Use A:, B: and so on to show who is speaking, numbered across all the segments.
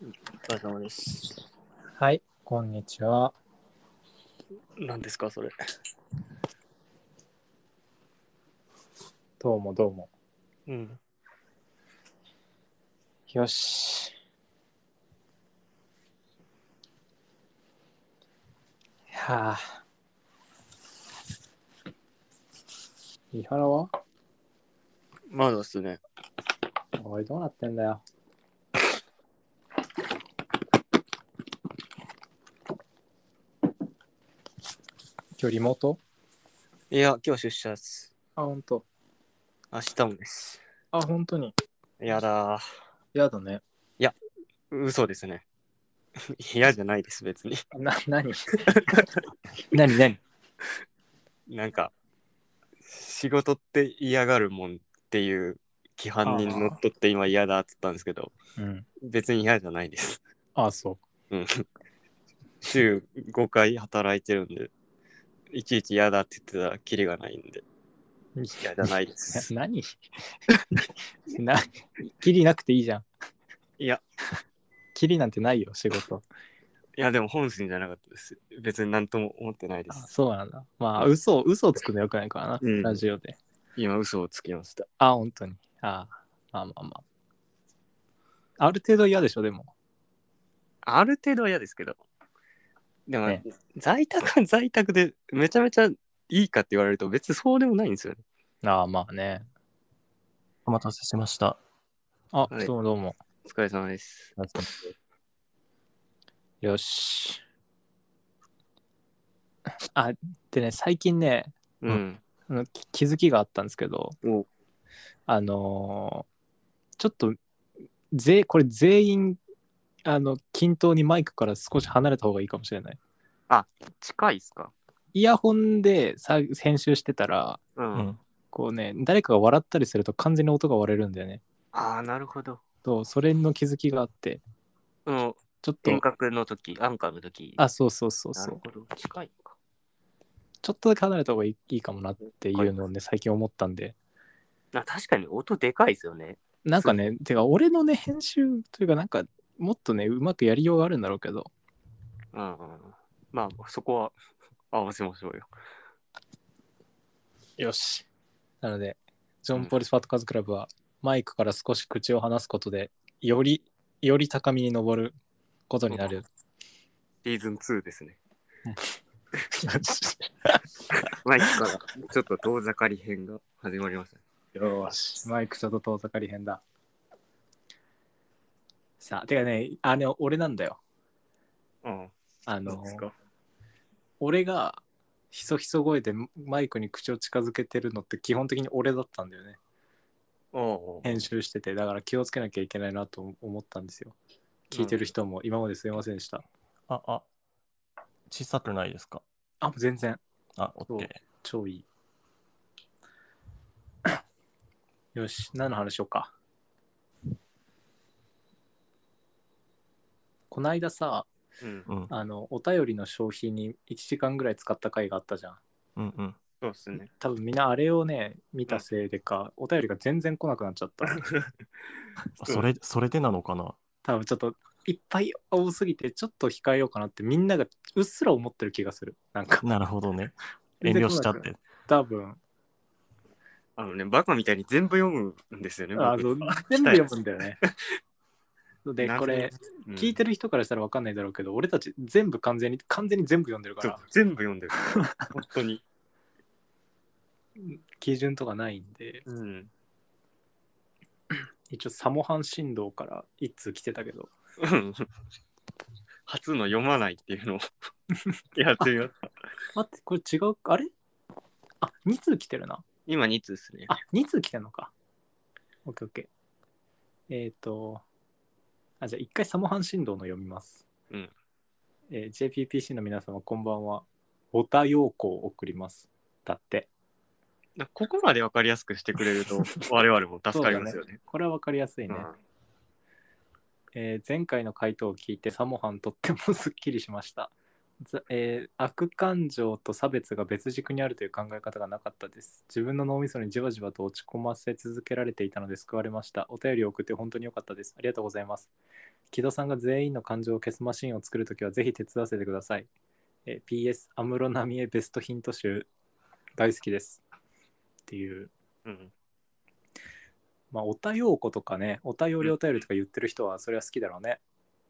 A: お疲れ様です。
B: はい、こんにちは。
A: 何ですか、それ。
B: どうもどうも。
A: うん。
B: よし。いやあ。伊原は
A: まだっすね。
B: おい、どうなってんだよ。今日リモート
A: いや、今日出社です。
B: あ、ほんと。
A: 明日もです。
B: あ、ほんとに。
A: やだー。
B: やだね。
A: 嘘ですね。 嫌じゃないです、別に。
B: な、な になになに
A: なんか、仕事って嫌がるもんっていう規範にのっとって今嫌だって言ったんですけど、
B: うん。
A: 別に嫌じゃないです。
B: あ、そう。
A: うん。週5回働いてるんで、いちいち嫌だって言ってたらキリがないんで、嫌じゃないです。
B: な 何な、キリなくていいじゃん。
A: い や。
B: キリなんてないよ、仕事。
A: いや、でも本心じゃなかったです。別に何とも思ってないで
B: あ
A: す。
B: そうなんだ。まあ、嘘を、嘘をつくのよくないからな、
A: うん
B: ラジオで。
A: 今、嘘をつきました。
B: あ、本当に。あまあまあまあ。ある程度嫌でしょ、でも。
A: ある程度は嫌ですけど。でも、
B: ね
A: 在宅は 在宅でめちゃめちゃいいかって言われると別にそうでもないんですよね。
B: ああ、まあね。
C: お待たせしました。
B: あ、
A: はい
B: どうもどうも。
A: お疲れ様です。
B: よし。あ、でね、最近ね、
A: うん。
B: あのき気づきがあったんですけど
A: お
B: あのーちょっとぜこれ全員あの均等にマイクから少し離れた方がいいかもしれない
A: 近いっすか
B: イヤホンでさ編集してたら
A: うん。
C: うん。
B: こうね誰かが笑ったりすると完全に音が割れるんだよね
A: ああ、なるほど。
B: そうそれの気づきがあって
A: この
B: ちょっと
A: 覚の時、アンカーの時
B: あそうそうそうそう
A: ほど。近いのか。
B: ちょっとだけ離れた方がいいいいかもなっていうのをね最近思ったんで
A: あ確かに音でかいですよね。
B: なんかねてか俺のね編集というかなんかもっとねうまくやりようがあるんだろうけど
A: うんうんうん。まあ、そこは 合わせましょうよ。
B: よし。なので、ジョン・ポリス・ファット・カズ・クラブは、マイクから少し口を離すことで、より、より高みに登ることになる。よ
A: シーズン2ですね。
B: し。
A: マイクからちょっと遠ざかり編が始まりましたね。
B: よし。マイクちょっと遠ざかり変だ。さあ、てかね、あれ、俺なんだよ。
A: うん。
B: あ
A: どう
B: の
A: で、すか
B: 俺が、ひそひそ声でマイクに口を近づけてるのって基本的に俺だったんだよね。
A: おうおう
B: 編集してて、だから気をつけなきゃいけないなと思ったんですよ。聞いてる人も今まですいませんでした。
C: あ、あ、小さくないですか
B: あ、全然。
C: あ、オッケー。
B: 超いい。 よし、何の話しようか。こないださ、
A: うん。
C: うん。
B: あの、お便りの消費に1時間ぐらい使った回があったじゃん。
C: うんうん。
A: そうっすね。
B: 多分みんなあれをね、見たせいでか、お便りが全然来なくなっちゃった。
C: あそれ、それでなのかな
B: 多分ちょっと、いっぱい多すぎて、ちょっと控えようかなって、みんながうっすら思ってる気がする。なんか、
C: なるほどね。遠慮しちゃって。
B: 多分
A: あのね、バカみたいに全部読むんですよね。
B: あ
A: 僕
B: そう全部読むんだよね。で、これ、、
A: うん
B: 聞いてる人からしたら分かんないだろうけど、俺たち全部完全に完全に全部読んでるか
A: そう
B: ら
A: 全部読んでる。本当に。
B: 基準とかないんで
A: うん。
B: 一応サモハン振動から一通来てたけど
A: 初の読まないっていうのを やってみます。
B: 待ってこれ違うあれあ2通来てるな
A: 今2通ですね。
B: あ二2通来てんのか OKOK えっ、とあじゃあ1回サモハン振動の読みます、
A: うん
B: えー JPPC の皆様こんばんはおた要項を送りますだって
A: なここまでわかりやすくしてくれる と我々も助かりますよね。
B: これは分かりやすいね、えー前回の回答を聞いてサモハンとってもすっきりしました、ざえー悪感情と差別が別軸にあるという考え方がなかったです自分の脳みそにじわじわと落ち込ませ続けられていたので救われましたお便りを送って本当に良かったですありがとうございます木戸さんが全員の感情を消すマシンを作るときはぜひ手伝わせてください。えー PS、安室奈美恵ベストヒント集、大好きです。っていう、
A: うん。
B: まあ、おたようことかね、おたよりお便りとか言ってる人は、それは好きだろうね。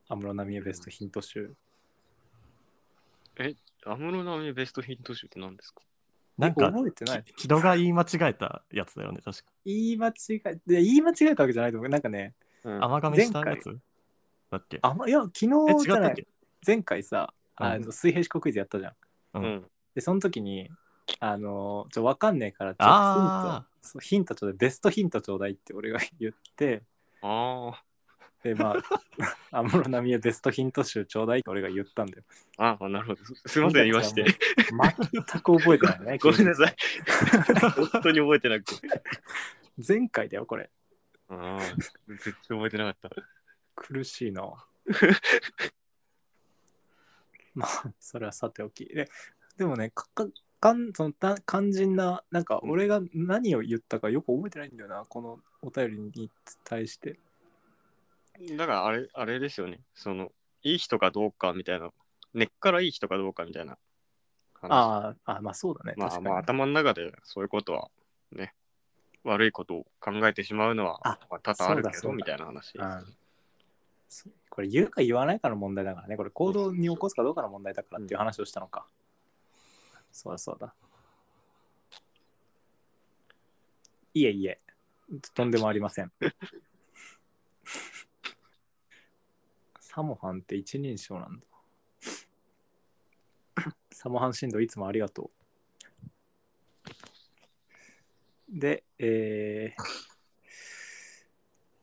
B: 安室奈美恵ベストヒント集。
A: 安室奈美恵ベストヒント集って何ですか
C: なんか、
B: 覚えてない
C: き木戸が言い間違えたやつだよね、確か。
B: 言い間違え、で言い間違えたわけじゃないと思う。なんかね、
A: うん
C: 甘噛みしたやつだっけ
B: あんま、いや、
C: え、
B: 昨
C: 違
B: 日
C: っ
B: じゃ
C: た
B: な
C: っ
B: い
C: け、
B: 前回さ、あの水平思考クイズやったじゃん。
C: う。
A: うんん。
B: で、その時に、あの、ちょ、わかんねえから、ちょ
C: あ
B: ヒント、そうヒントちょうだい、ベストヒントちょうだいって俺が言って、
A: あ
B: で、ま あ、安室奈美恵ベストヒント集ちょうだいって俺が言ったんだよ。
A: あ。ああ、なるほど。すすいません、言わして。。
B: 全く覚えてないね。
A: ごめんなさい。本当に覚えてなくて。
B: 前回だよ、これ。
A: ああ、全然覚えてなかった。
B: 苦し いな。まあ、それはさておき。ででもね、かかかんそのた肝心な、なんか俺が何を言ったかよく覚えてないんだよな、このお便りに対して。
A: だから、あれ、あれですよね。その、いい人かどうかみたいな。根っからいい人かどうかみたいな話。
B: あーあ、まあそうだね。
A: まあ
B: 確
A: まあ、
B: かに。
A: 頭の中でそういうことは、ね、悪いことを考えてしまうのは、
B: あ
A: まあ、多々あるけ
B: そうだそう
A: ど、
B: だ
A: みたいな話。
B: うんそこれ言うか言わないかの問題だからね、これ行動に起こすかどうかの問題だからっていう話をしたのか。そうだそうだ。いえいえ、とんでもありません。サモハンって一人称なんだ。サモハン振動いつもありがとう。で、えー、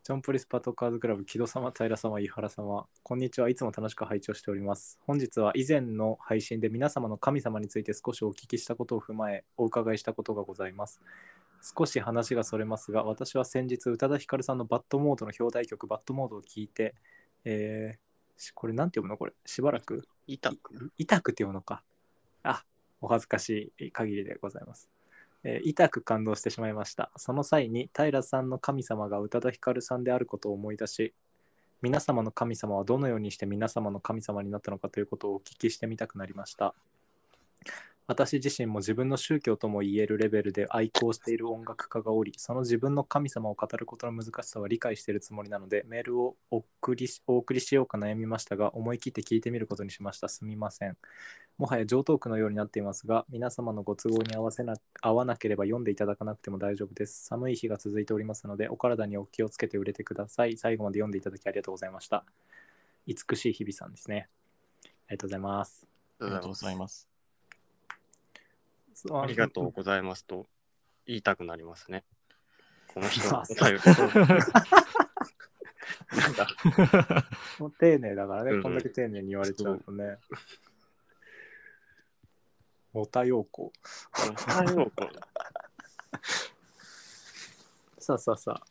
B: ジョンプリスパトカーズクラブ、木戸様、平様、井原様、こんにちは。いつも楽しく拝聴しております。本日は以前の配信で皆様の神様について少しお聞きしたことを踏まえ、お伺いしたことがございます。少し話がそれますが、私は先日、宇多田ヒカルさんのバッドモードの表題曲、バッドモードを聞いて、えーしこれなんて読むのこれ、しばらく
A: いた。
B: い痛くって読むのか。あ、お恥ずかしい限りでございます。えー痛く感動してしまいました。その際に平さんの神様が宇多田ヒカルさんであることを思い出し、皆様の神様はどのようにして皆様の神様になったのかということをお聞きしてみたくなりました。私自身も自分の宗教とも言えるレベルで愛好している音楽家がおり、その自分の神様を語ることの難しさは理解しているつもりなので、メールをお送りしお送りしようか悩みましたが、思い切って聞いてみることにしました。すみません。もはや上等句のようになっていますが、皆様のご都合に合わせな合わなければ読んでいただかなくても大丈夫です。寒い日が続いておりますので、お体にお気をつけて売れてください。最後まで読んでいただきありがとうございました。美しい日々さんですね。ありがとうございます。
C: あ
A: あ
C: り
A: り
C: が
A: が
C: と
A: と
C: う
A: う
C: ご
A: ご
C: ざ
A: ざ
C: い
A: います。
C: ます。
A: ありがとうございますと言いたくなりますね。この人
B: ま
A: の
B: あ
A: お便り。なんか、
B: もう丁寧だからね、
A: うんうん
B: こんだけ丁寧に言われちゃうと ね。おたようこ。
A: お便りをこ
B: さあさあさあ、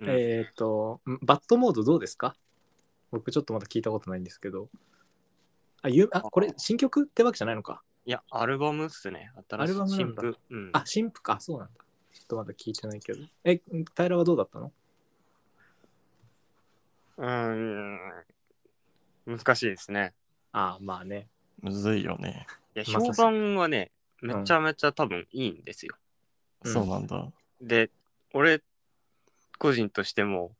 A: ううん
B: えっ、と、んバットモードどうですか僕ちょっとまだ聞いたことないんですけど。あ、ゆあこれ新曲ってわけじゃないのか。
A: いや、アルバムっすね。新し
B: アル
A: い
B: バムな
A: 新
B: んだ
A: 譜。うん、
B: あ、新譜か。そうなんだ。ちょっとまだ聞いてないけど。え、ん平はどうだったの
A: うーん。難しいですね。
B: ああ、まあね。
C: むずいよね。
A: いや、
B: まあ
A: 評判はね、めちゃめちゃ多分いいんですよ。
B: うん
C: そうなんだ。
A: で、俺、個人としても、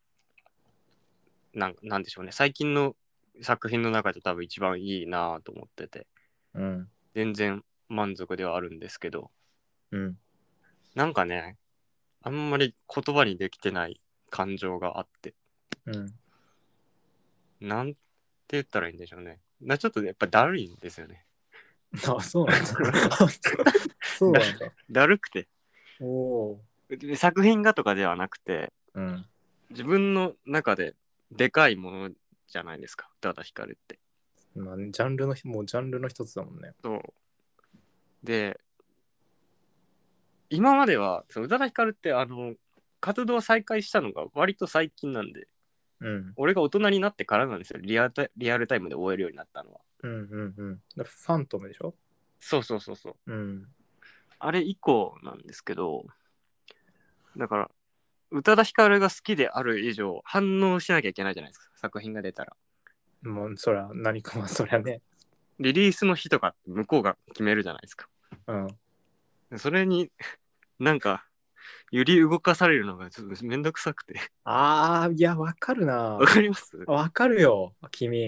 A: なんなんでしょうね。最近の作品の中で多分一番いいなぁと思ってて、
B: うん。
A: 全然満足ではあるんですけど、
B: うん。
A: なんかね、あんまり言葉にできてない感情があって、
B: うん。
A: なんて言ったらいいんでしょうね。なちょっとやっぱだるいんですよね。
B: あ、そうなんだ。 そうなん だ。
A: だるくて。
B: おお
A: で作品がとかではなくて、
B: ー。うん。
A: 自分の中ででかいものじゃないですか、宇多田ヒカルって。
B: まあね、ジャンルのひ、もうジャンルの一つだもんね。
A: そう。で、今までは、その宇多田ヒカルって、あの、活動再開したのが割と最近なんで、
B: うん。
A: 俺が大人になってからなんですよ、リアルタイリアルタイムで終えるようになったのは。
B: うんうんうん。だファントムでしょ
A: そうそうそうそう。
B: うん。
A: あれ以降なんですけど、だから、宇多田ヒカルが好きである以上、反応しなきゃいけないじゃないですか、作品が出たら。
B: もうそりゃ何かも そりゃね、
A: リリースの日とかって向こうが決めるじゃないですか。
B: うん、
A: それに、なんか、揺り動かされるのがちょっとめんどくさくて。
B: ああいやわか るな
A: わかります
B: わかるよ君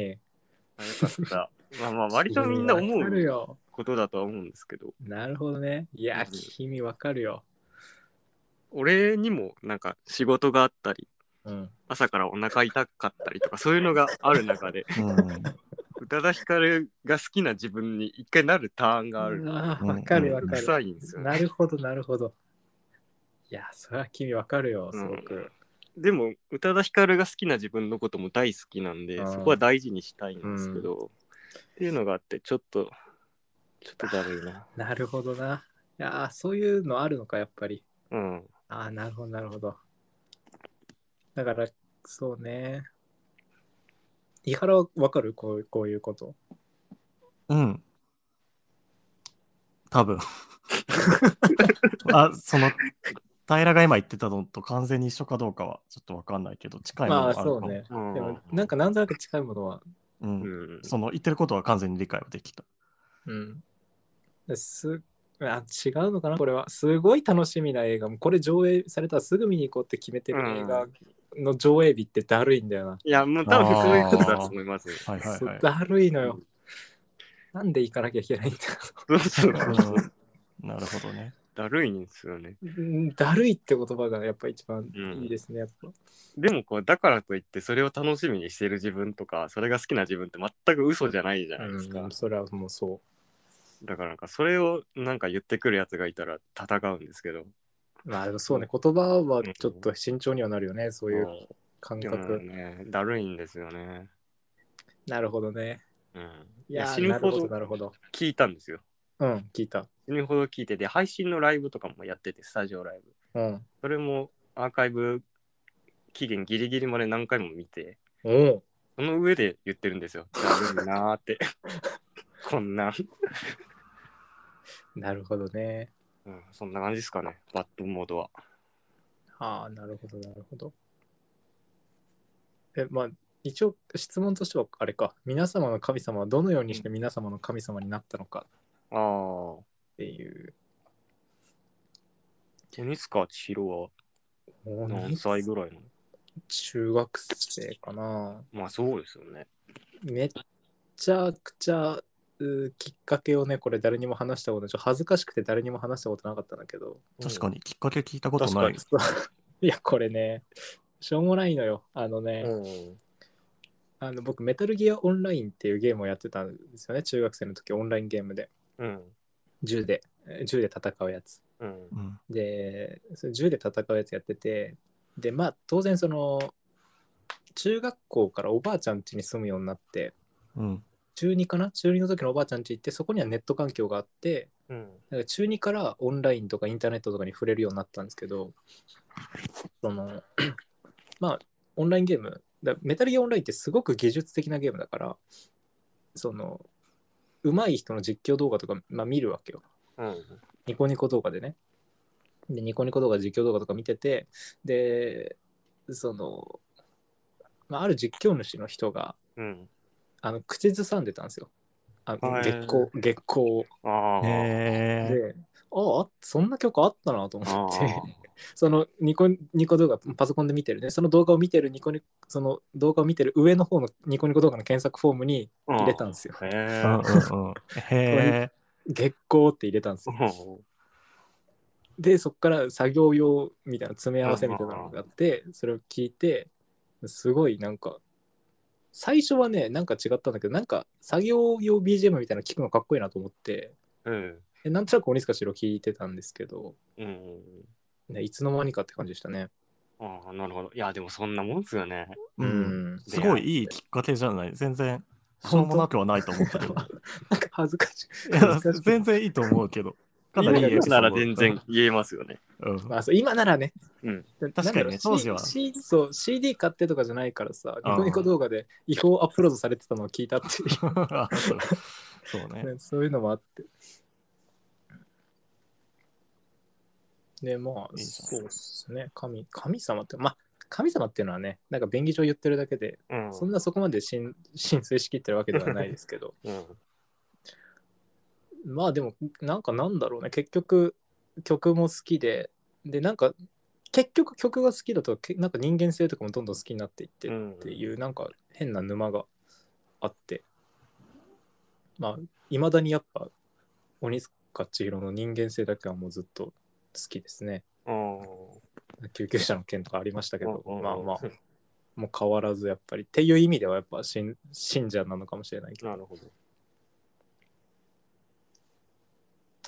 A: あよかった。まあまあ、割とみんな思
B: わかる
A: う
B: よ
A: ことだとは思うんですけど、
B: なるほどねいや
A: うん
B: 君わかるよ
A: 俺にもなんか仕事があったり、
B: うん
A: 朝からお腹痛かったりとか、そういうのがある中で、
C: うん。
A: 宇多田ヒカルが好きな自分に一回なるターンがある。
B: あー
C: うん
B: わかる
C: うん
B: わかる
A: 臭いんですよね。
B: なるほどなるほどいやそれは君わかるよすごく
A: でも、宇多田ヒカルが好きな自分のことも大好きなんで
B: う、ん
A: そこは大事にしたいんですけど、っていうのがあって、ちょっと、ちょっとだるいな。
B: なるほどないやーそういうのあるのかやっぱり
A: うん。
B: ああ、なるほど、なるほど。だから、そうね。伊原はわかるこうこういうこと。
C: うん。多分あ、その、平が今言ってたのと完全に一緒かどうかはちょっとわかんないけど、近いもの
B: ま
C: が
B: あ、
C: あるか
B: そ
C: も
B: うね。で
A: うん
B: も、なんか、なんとなく近いものは。
A: う
C: う。
A: んん。
C: その言ってることは完全に理解はできた。
B: うん。すあ違うのかなこれは。すごい楽しみな映画。もうこれ上映されたらすぐ見に行こうって決めてる映画の上映日ってだるいんだよな。
A: いや、もう多分そういうことだと思います。
C: はいはい
B: そう
C: はい。
B: だるいのよ。なんで行かなきゃいけないんだ
A: そう そう
C: うん なるほどね。
A: だるいんですよね。
B: ろううん。だるいって言葉がやっぱ一番いいですね。やっぱ
A: でもこう、だからといって、それを楽しみにしている自分とか、それが好きな自分って全く嘘じゃないじゃないですか。
B: うん、それはもうそう。
A: だからなんか、それをなんか言ってくるやつがいたら戦うんですけど。
B: まあでもそうね、言葉はちょっと慎重にはなるよね、そういう感
A: でも
B: 覚。
A: ね、だるいんですよね。
B: なるほどね。
A: うん。
B: い
A: い
B: や
A: や、
B: ー
A: 死ぬほど
B: なるほど。なるほど
A: 聞いたんですよ。
B: うん、聞いた。
A: 死ぬほど聞いてて、配信のライブとかもやってて、スタジオライブ。
B: うん。
A: それもアーカイブ期限ギリギリまで何回も見て。
B: おお。
A: その上で言ってるんですよ。だるいなーって。 こんな、
B: なるほどね。
A: うん、そんな感じですかね、バッドモードは。
B: ああ、なるほど、なるほど。え、まあ、一応質問としてはあれか、皆様の神様はどのようにして皆様の神様になったのか
A: ああ、
B: っていう。
A: テニスカ千尋は
B: おー
A: 何歳ぐらいの
B: 中学生かな。
A: まあそうですよね。
B: めっちゃくちゃうーきっかけをねこれ誰にも話したことないちょっと恥ずかしくて誰にも話したことなかったんだけど
C: 確か
A: に。
C: に、きっかけ聞いたことない。
B: そう いやこれねしょうもないのよあのね、
A: うん。
B: あの僕メタルギアオンラインっていうゲームをやってたんですよね中学生の時オンラインゲームで
A: うん。
B: 銃でえー銃で戦うやつ
A: うん。
C: うん。
B: でそれ銃で戦うやつやっててでまあ当然その中学校からおばあちゃん家に住むようになって
C: うん。
B: 中2かな中2の時のおばあちゃん家行ってそこにはネット環境があって
A: うん。
B: だから中2からオンラインとかインターネットとかに触れるようになったんですけど、その、 まあ、オンラインゲーム、だメタルギアオンラインってすごく技術的なゲームだから、その、上手い人の実況動画とか、まあ、見るわけよ。
A: うん。
B: ニコニコ動画でね。で、ニコニコ動画、実況動画とか見てて、で、その、まあ、ある実況主の人が、
A: うん。
B: あの、口ずさんでたんですよ。あの
A: はい
B: 月光、月光を。
A: ああ。
C: へ
B: で、ああ、そんな曲あったなと思っ
A: あ
B: て
A: ー、
B: そのニコニコ動画、パソコンで見てるね、その動画を見てるニコニコ、その動画を見てる上の方のニコニコ動画の検索フォームに入れたんですよ。
A: へ
C: え。
A: え
C: う。んうんうん。へ
B: 月光って入れたんですよ。で、そこから作業用みたいな詰め合わせみたいなのがあって、それを聞いて、すごいなんか、最初はね、なんか違ったんだけど、なんか作業用 BGM みたいなの聞くのかっこいいなと思って、
A: うん。
B: でなんとなく鬼塚ろ聞いてたんですけど、
A: うん。
B: ね、いつの間にかって感じでしたね。
A: ああ、なるほど。いや、でもそんなもんっすよね。
C: え。うん。すごいいいきっかけじゃない。全然、しょうもなくはないと思ったけど。
B: なんか恥ずかし
C: いや 全然いいと思うけど。かなりいいエピソード
A: 今なら全然言えますよね。
C: うん
B: い。まあ、そう今ならね。
A: うん
B: 確
C: 確かにね当時は
B: C そう CD 買ってとかじゃないからさ、
C: うん
B: ニコニコ動画で違法アップロードされてたのを聞いたってい
C: あそうそうね
B: う、。 ねそういうのもあって。で、まあ、
C: いいじゃん
B: そうっすね。神神様って、まあ、神様っていうのはねなんか便宜上言ってるだけで、
A: うん
B: そんなそこまで 浸浸水しきってるわけではないですけど
A: うん
B: まあでもなんかなんだろうね結局曲も好きででなんか結局曲が好きだとけなんか人間性とかもどんどん好きになっていってっていう、なんか変な沼があってまあいまだにやっぱ鬼塚千尋の人間性だけはもうずっと好きですね
A: うん
B: 救急車の件とかありましたけど、
A: うんうんうん
B: まあまあもう変わらずやっぱりっていう意味ではやっぱ信信者なのかもしれないけど
A: なるほど。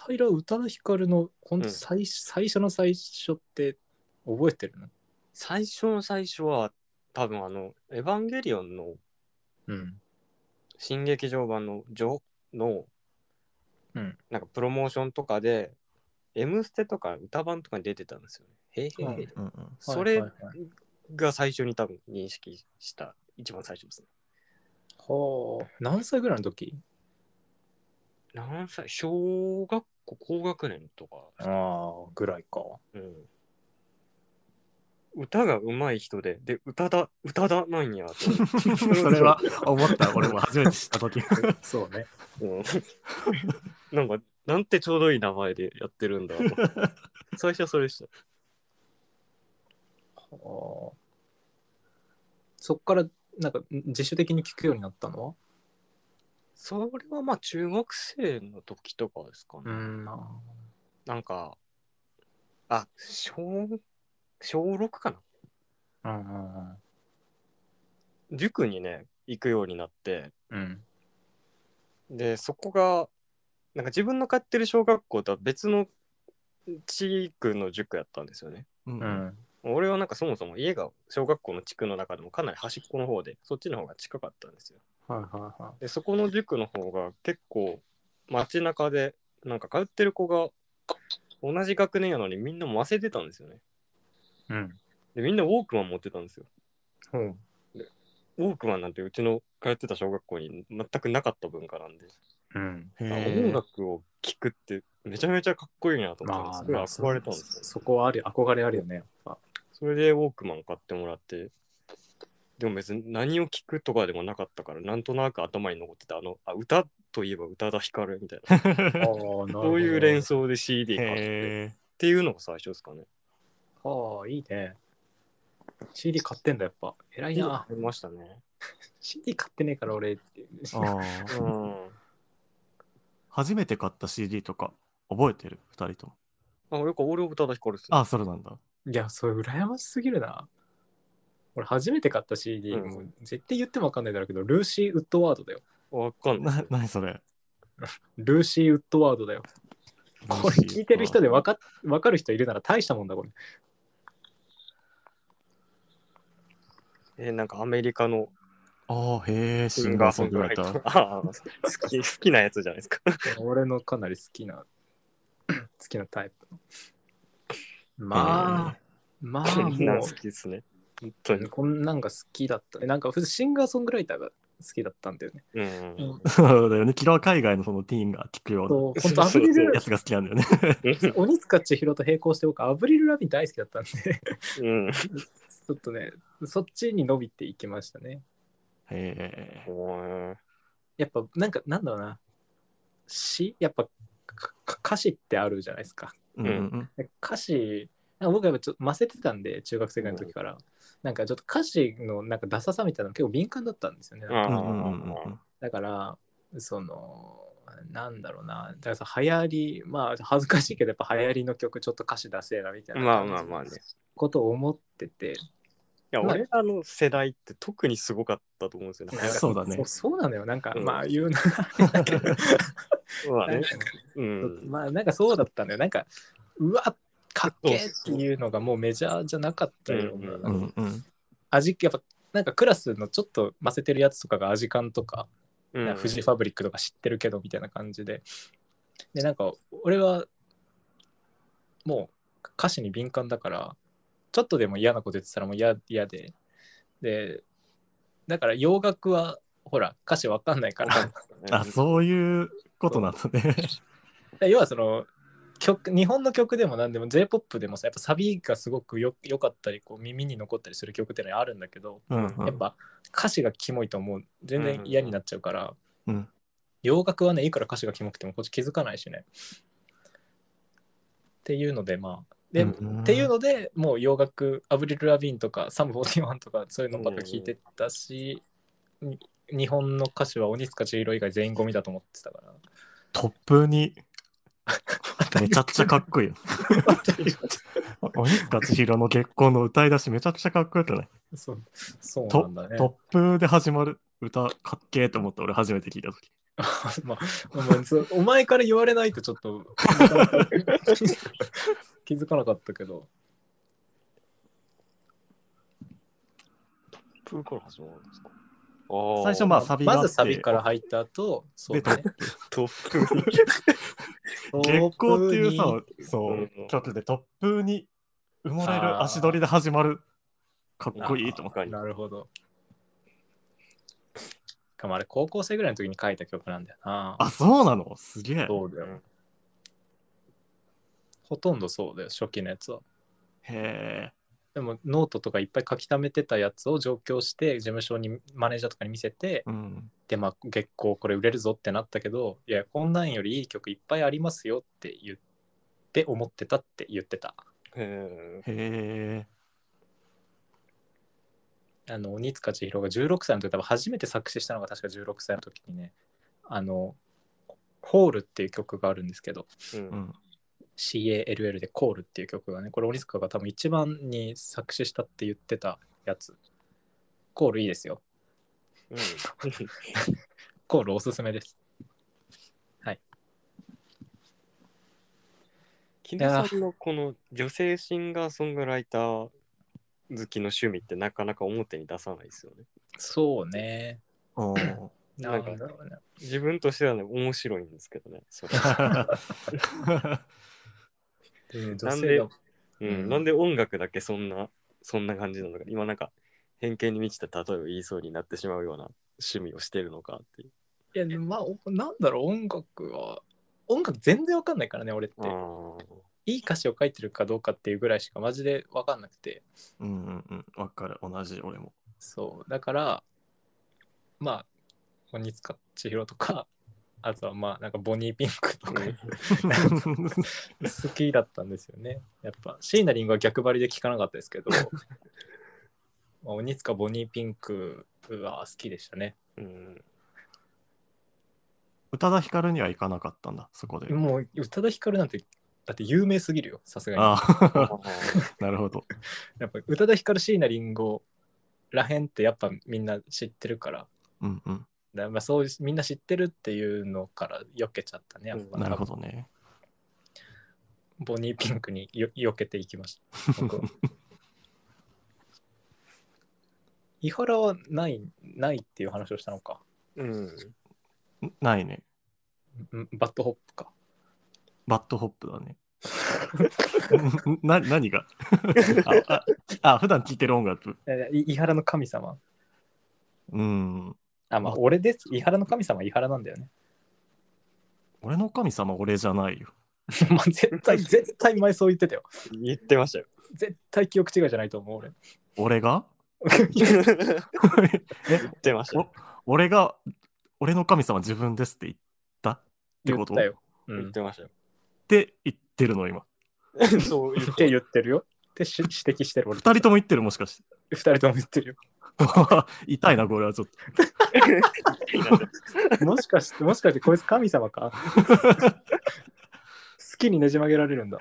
B: 平宇多田ヒカルのほんと
A: うん
B: 最,、最初の最初って覚えてるの
A: 最初の最初は、多分あの、エヴァンゲリオンの
B: うん
A: 新劇場版のジョの、
B: うん
A: なんかプロモーションとかで、M ステとか歌版とかに出てたんですよね。へいへいへい。
C: うんうん
A: それ
B: はいはいはい
A: が最初に多分認識した、一番最初ですね。
B: はあ何歳ぐらいの時
A: 何歳小学校高学年とか。
B: ああぐらいか
A: うん歌が上手い人で、で、歌だ、歌だなんやと思って。
C: それは思った、俺も初めて知った 時
B: そうね
A: うん。 なんか、なんてちょうどいい名前でやってるんだ。最初はそれでした。
B: あーそっからなんか自主的に聞くようになったのは
A: それはまあ中学生の時とかですかね。
B: ん
A: なんか、あ、小、小6かな
B: うん
A: 塾にね、行くようになって、
B: うん
A: で、そこが、なんか自分の通ってる小学校とは別の地区の塾やったんですよね。
C: うん
B: う
C: うん
B: ん
A: 俺はなんかそもそも家が小学校の地区の中でもかなり端っこの方でそっちの方が近かったんですよ
B: はいはいはい
A: でそこの塾の方が結構街中でなんか通ってる子が同じ学年やのにみんなも忘れてたんですよね
B: うん
A: でみんなウォークマン持ってたんですよ
B: うん
A: ウォークマンなんてうちの通ってた小学校に全くなかった文化なんで、
B: うん
C: へ
A: あ
C: ー
A: 音楽を聴くってめちゃめちゃかっこいいなと思ってすごい憧れたんですよね
B: そそこはあり憧れある よねやっぱ
A: それでウォークマン買ってもらって、でも別に何を聞くとかでもなかったから、なんとなく頭に残ってた、あの、あ歌といえば宇多田ヒカルみたいな、
B: そ
A: そういう連想で CD 買ってっ
C: へ
A: ていうのが最初ですかね。
B: ああ、いいね。CD 買ってんだ、やっぱ。偉い
A: あ
B: な。
A: りましたね。
B: CD 買ってねえから、俺。
C: ーあー
A: うん。
C: 初めて買った CD とか覚えてる二人とも。
A: あ、よく俺を宇多田ヒカルっすね。
C: あ、それなんだ。
B: いや、それ羨ましすぎるな。俺、初めて買った CD、
A: うん
B: もう絶対言ってもわかんないだろうけど、ルーシー・ウッドワードだよ。
A: わかんない
C: な
A: で、
C: なにそれ。
B: ルーシー・ウッドワードだよ。これ聞いてる人でわかわかる人いるなら大したもんだ、これ。
A: すね。え、なんかアメリカの
C: ああ、へえ、シ
A: シ
C: ン
A: ン
C: ガ
A: ガー
C: ーソ
A: ソ
C: ン
A: ン
C: グ
A: グ
C: ラ
A: ラ
C: イ
A: イ
C: タ
A: タ
C: ー
A: ー。。ああ、好き、好きなやつじゃないですか。
B: 俺のかなり好き な、好きなタイプの。まあ、まあ、
A: みん
B: も
A: な
B: う
A: 好。きですね。本当に。
B: こんなんが好きだった。なんか普通シンガーソングライターが好きだったんだよね。
A: うん。
B: うん
C: そうだよね。昨日海外のそのティーンが聞くよう
B: そう、本当アブリ
A: そうそう
B: ル
C: なやつが好きなんだ よね。
B: 鬼塚千尋と並行して僕、アブリル・ラビン大好きだったんで、
A: うん。
B: ちょっとね、そっちに伸びていきましたね。
C: へえ。
A: うん
B: やっぱ、なんか、なんだろうな、詩やっぱ、かか歌詞ってあるじゃないですか。
C: うんうん
B: で歌詞、なんか僕はやっぱちょっと混ぜてたんで、中学生ぐらいの時から、なんかちょっと歌詞のなんかダサさみたいなの結構敏感だったんですよね。
C: うん。うんうんうんうん
B: だからそのなんだろうなだからさ流行りまあ恥ずかしいけどやっぱ流行りの曲ちょっと歌詞出せえなみたいな
A: まあまあまあね。
B: ことを思ってて
A: いや、
B: まあ
A: 俺らの世代って特にすごかったと思うんですよね。
B: なんか
C: そうだね
B: そうそうなのよなんか、
A: うん
B: まあ 言うな
A: そうだ
B: なん
A: ね
B: か。
A: うん。
B: まあなんかそうだったのよなんかうわかっけえっていうのがもうメジャーじゃなかったような、
A: う
C: うんうん。
B: 味やっぱなんかクラスのちょっと混ぜてるやつとかが味感とか
A: うん
B: なんかフジファブリックとか知ってるけどみたいな感じで。で、なんか俺はもう歌詞に敏感だから、ちょっとでも嫌なこと言ってたらもう嫌嫌で。で、だから洋楽はほら歌詞わかんないから、
C: あ、そういうことなんだね。
B: 要はその曲日本の曲でも何でも J-POP でもさやっぱサビがすごくよ良かったりこう耳に残ったりする曲ってのはあるんだけど、
C: うんうん
B: やっぱ歌詞がキモいと思う全然嫌になっちゃうから、
C: うん。
B: 洋楽はねいくら歌詞がキモくてもこっち気づかないしねっていうのでまあで、
C: うん
B: っていうのでもう洋楽アブリル・ラビーンとかサム41とかそういうのばっか聞いてたし、に日本の歌手は鬼塚千尋以外全員ゴミだと思ってたから
C: トップにめちゃくちゃかっこいい。 鬼塚千尋の結婚の歌い出しめちゃくちゃかっこよくない
B: そうそう
C: ト
B: なんだね。
C: トップで始まる歌かっけえと思って俺初めて聞いた時。
B: まあ、お前そうお前から言われないとちょっと 気づかなかったけど。
A: プーから始まるんですかああ
C: 最初まあサビがあ
B: ま
C: って
B: ずサビから入った後、そうだね。
A: トップ、
C: 月光っていうさ、そううん曲でトップに埋もれ
B: あー
C: る足取りで始まる。かっこいいと思って。
A: かに
B: なるほど。しかもあれ、高校生ぐらいの時に書いた曲なんだよな。
C: あ、そうなのすげえ。
B: そうだよ。ほとんどそうだよ、初期のやつは。
C: へえ。
B: でも、ノートとかいっぱい書き溜めてたやつを上京して、事務所にマネージャーとかに見せて、
C: うん。
B: で、まあ、月光これ売れるぞってなったけど、いや、こんなんよりいい曲いっぱいありますよって言って、思ってたって言ってた。
A: へ
C: へえ。
B: あの鬼塚千尋が16歳の時多分初めて作詞したのが確か16歳の時にねあの「ホール」っていう曲があるんですけど
A: え、う、
C: うんん。
B: CALL で「コール」っていう曲がねこれ鬼塚が多分一番に作詞したって言ってたやつコールいいですよ
A: うん、
B: コールおすすめです
A: 木田さんのこの女性シンガーソングライター好きの趣味ってなかなか表に出さないですよね。
B: そうね
C: お ー
B: なんだろうね
A: 自分としてはね、面白いんですけどね。そ れ
B: で女
A: なん
B: 性
A: で
B: が
A: う
B: うん
A: ん、なんで音楽だけそんな、そんな感じなのか、今なんか偏見に満ちた例えを言いそうになってしまうような趣味をしてるのかっていう。
B: いやでもまあおなんだろう音楽は音楽全然わかんないからね俺って
A: あ
B: いい歌詞を書いてるかどうかっていうぐらいしかマジでわかんなくて
C: うんうんうん。わかる。同じ俺も。
B: そうだからまあ鬼塚千尋とか あとはまあなんかボニーピンクとか
A: うん
B: 好きだったんですよねやっぱ椎名林檎は逆張りで聞かなかったですけ どまあ鬼塚ボニーピンクは好きでしたね
A: ーうん、
C: 宇多田ヒカルには行かなかったんだ、そこで。
B: もう宇多田ヒカルなんてだって有名すぎるよさすがに
C: あ
A: あ
C: あ、
A: ー
C: なるほど。
B: やっぱ宇多田ヒカル椎名林檎らへんってやっぱみんな知ってるから
C: うんうん。
B: だまあそういうみんな知ってるっていうのから避けちゃったねやっぱ、
A: うん
C: なるほどね。
B: ボニーピンクによ避けていきました。 僕は伊原はない、ないっていう話をしたのか。
A: うん。
C: んないね。
B: んバッドホップか。
C: バッドホップだね。んな何が あああ、普段聴いてる音楽。
B: えい伊原の神様。
C: うん。
B: あ、まあ
C: あ、
B: 俺です。伊原の神様は伊原なんだよね。
C: 俺の神様、俺じゃないよ。
B: まあ、絶対、 絶対前そう言ってたよ。
A: 言ってましたよ。
B: 絶対記憶違いじゃないと 思う、俺。
C: 俺が
A: 言
C: え、
A: ってましたよ。
C: 俺が、俺の神様自分ですって言ったって
B: 言
C: こ
B: っ
C: と
B: たよ。う
A: 言っ
B: ん。
A: てましたよ。
C: って言ってるの今。
A: そう言
B: っ
A: ってて
B: 言ってるよ。ってし指摘してる俺。
C: 二人とも言ってるもしかして。
B: 二人とも言ってるよ。
C: 痛いな、これはちょっと。
B: もしかして、もしかしてこいつ神様 か好きにねじ曲げられるんだ。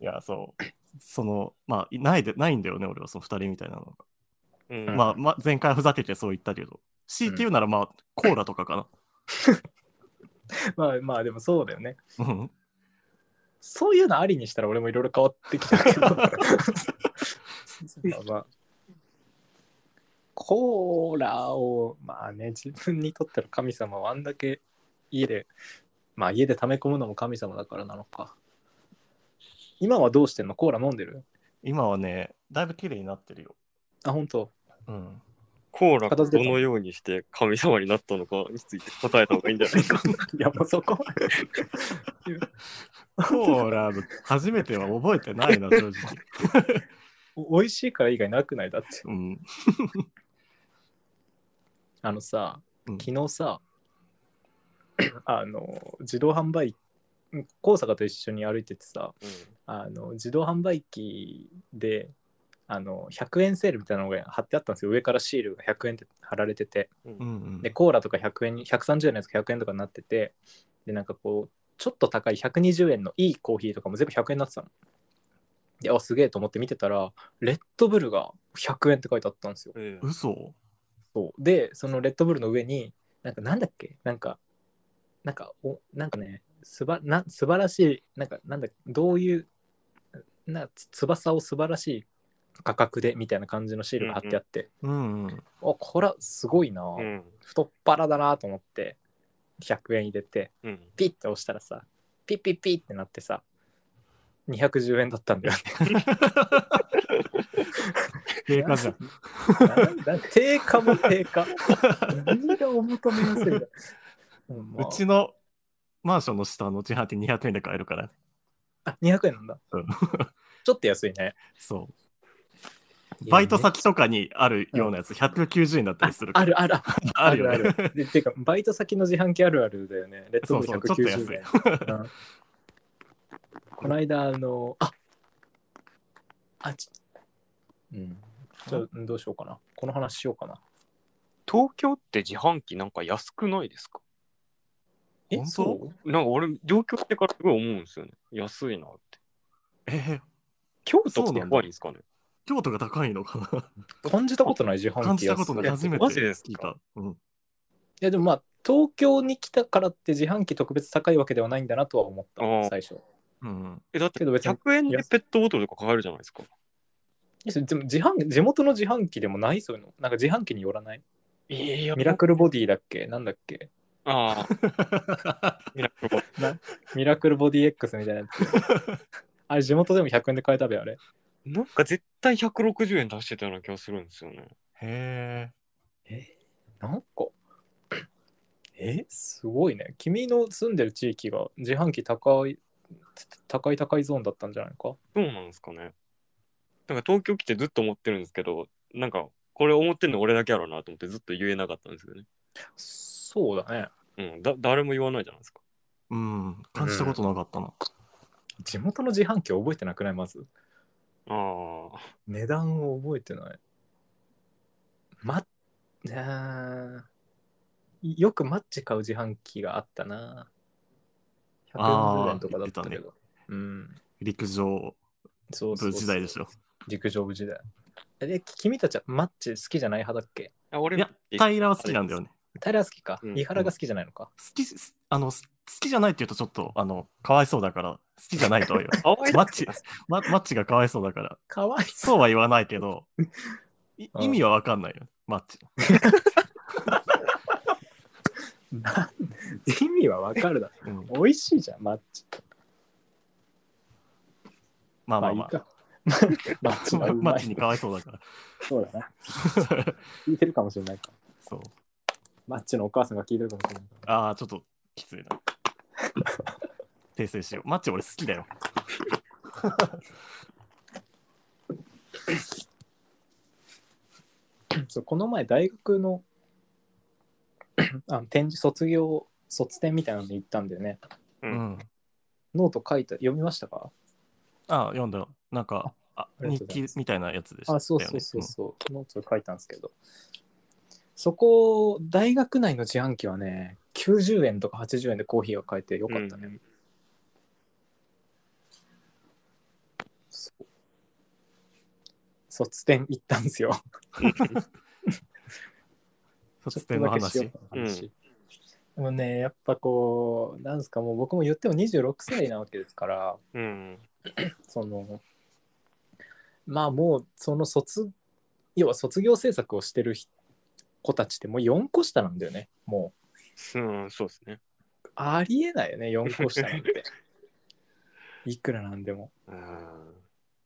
C: いや、そう。その、まあ、いないでないんだよね、俺は、その二人みたいなのが。
A: うん
C: まあ、まあ、前回ふざけてそう言ったけど。強いて言うなら、まあ、コーラとかか
B: まあまあでもそうだよね。
C: な。うん。
B: そういうのありにしたら俺もいろいろ変わってきたけど。まあまあコーラを、まあね、自分にとっての神様はあんだけ家で、まあ家で溜め込むのも神様だからなのか。今はどうしてんのコーラ飲んでる
C: 今はね、だいぶ綺麗になってるよ。
B: あ、本当
C: うん。
A: コーラ
B: 片
A: が
B: 付け
A: ど
B: た
A: のようにして神様になったのかについて答えた方がいいんじゃないか。
B: いや、もうそこ。
C: コーラ、初めては覚えてな いな、正直。
B: お美味しいから以外なくないだって。
C: うん。
B: あのさ、
C: うん
B: 昨日さ、 あの、自動販売機、高坂と一緒に歩いててさ、あの、自動販売機で、あの、100円セールみたいなのが貼ってあったんですよ。上からシールが100円って貼られてて。
A: うん
C: うんうん
B: で、コーラとか100円に、130円のやつが100円とかになってて、で、なんかこう、ちょっと高い120円のいいコーヒーとかも全部100円になってたの。で、あ、すげえと思って見てたら、レッドブルが100円って書いてあったんですよ。
A: うん
C: 嘘
B: そうでそのレッドブルの上になんかなんだっけなんかなんかおなんかねすばな素晴らしいなんかなんだどういうなつ翼を素晴らしい価格でみたいな感じのシールが貼ってあって、
C: うんうん。
B: おこれはすごいな、
A: うん
B: 太っ腹だなと思って100円入れて
A: うん
B: ピッて押したらさピッピッピッってなってさ210円だったんだよね。
C: 経過じゃん。
B: なんだ定価も定 価。何がお求めやすいんだ。うんま
C: う
B: あ
C: ちのマンションの下の自販機200円で買えるからね。
B: あ、200円なんだ。
C: うん
B: ちょっと安いね。
C: そう。 バイト先とかにあるようなやつ、190円だったりする
B: あ
C: から。
B: るある。
C: あるよ
B: あ
C: ね。
B: る。でてか、バイト先の自販機あるあるだよね。レッドブル
C: そうそうちょっ
B: 190
C: と
B: 円。うんこの間、あの、ああちうん。ちょどうしようかな。この話しようかな。
A: 東京って自販機なんか安くないですか
B: え、
C: 本当
B: そう
A: なんか俺、上京してからすごい思うんですよね。安いなって。
C: えー
A: 京都ってやばいんですかね
C: 京都が高いのかな
B: 感じたことない自販機
C: 感じたことない。
B: 安
C: 初めて
A: マジですか
C: 聞いた。うん。
B: いやでもまあ東京に来たからって自販機特別高いわけではないんだなとは思った
A: あー
B: 最初
C: うん。
A: え、だって
B: けど別に
A: 100円でペットボトルとか買えるじゃないですか。
B: でも自販地元の自販機でもないそういうのなんか自販機によらない
A: ええ
B: ミラクルボディだっけなんだっけ
A: ああ、ミラクルボ
B: ミラクルボディ X みたいなやつあれ地元でも100円で買えたべあれ
A: なんか絶対160円出してたような気がするんですよね。
C: へえ。
B: なんかえすごいね君の住んでる地域が自販機高い高い高いゾーンだったんじゃないのか
A: どうなんですかね。なんか東京来てずっと思ってるんですけど、なんかこれ思ってるの俺だけやろうなと思ってずっと言えなかったんですよね。
B: そうだね
A: うん、だ誰も言わないじゃないですか。
C: うん。感じたことなかったな。
B: 地元の自販機覚えてなくないまず
A: ああ、
B: 値段を覚えてない。ま、あーよくマッチ買う自販機があったな。140円とかだったけ
C: あー言って
B: ど。うん。
C: 陸上
B: そうそうそ
C: 部
B: う
C: 時代でしょ。
B: 陸上部時代。で、君たちはマッチ好きじゃない派だっけ
A: あ俺
C: いや、平は好きなんだよね。
B: 平好きか。
A: うん
B: 伊原が好きじゃないのか。
C: 好きすあのす好きじゃないって言うとちょっとあのかわいそうだから好きじゃないとは言わ
A: か わいい
C: マッチママッチがかわいそうだから
B: かわいそう。
C: そうは言わないけどい
B: うん
C: 意味はわかんないよマッチ
B: なん意味はわかるだろ。
C: うん
B: 美味しいじゃん、マッチ。
C: ま
B: ま
C: あま
B: あ
C: あ
B: いい
C: まあ
B: か。 マッチはう
C: マ
B: ま
C: ッチ
B: い
C: に。かわいそうだか
B: そうだな。
C: ら
B: 聞いてるかもしれないか。
C: そう
B: マッチのお母さんが聞いてるかもしれない。
C: ああちょっとき ついな訂正しようマッチ俺好きだよ
B: そうこの前大学のあの展示卒業卒展みたいなのに行ったんだよね
A: う。
C: うんん
B: ノート書いた読みましたか
C: ああ読んだよなんかあ
B: ありがとうござ
C: 日
B: い
C: 記
B: ます
C: みたいなやつでした
B: あ
C: よ
B: そう
C: ね
B: そうそうそう、ノート書いたんですけどそこ大学内の自販機はね90円とか80円でコーヒーが買えてよかった
A: う
B: ね、
A: ん
B: そう卒展行ったんですよ
C: うん
B: ちょっ
C: 卒
B: と
C: 展の
B: だけし
C: 話
B: ようかな話。でもね、やっぱこう、なんですか、もう僕も言っても26歳なわけですから、
A: うん。
B: その、まあもう、その卒、要は卒業制作をしてる人子たちってもう4個下なんだよね。も
A: うん、そうですね。
B: う、ありえないよね、4個下なん て。いくらなんでも。
A: うん。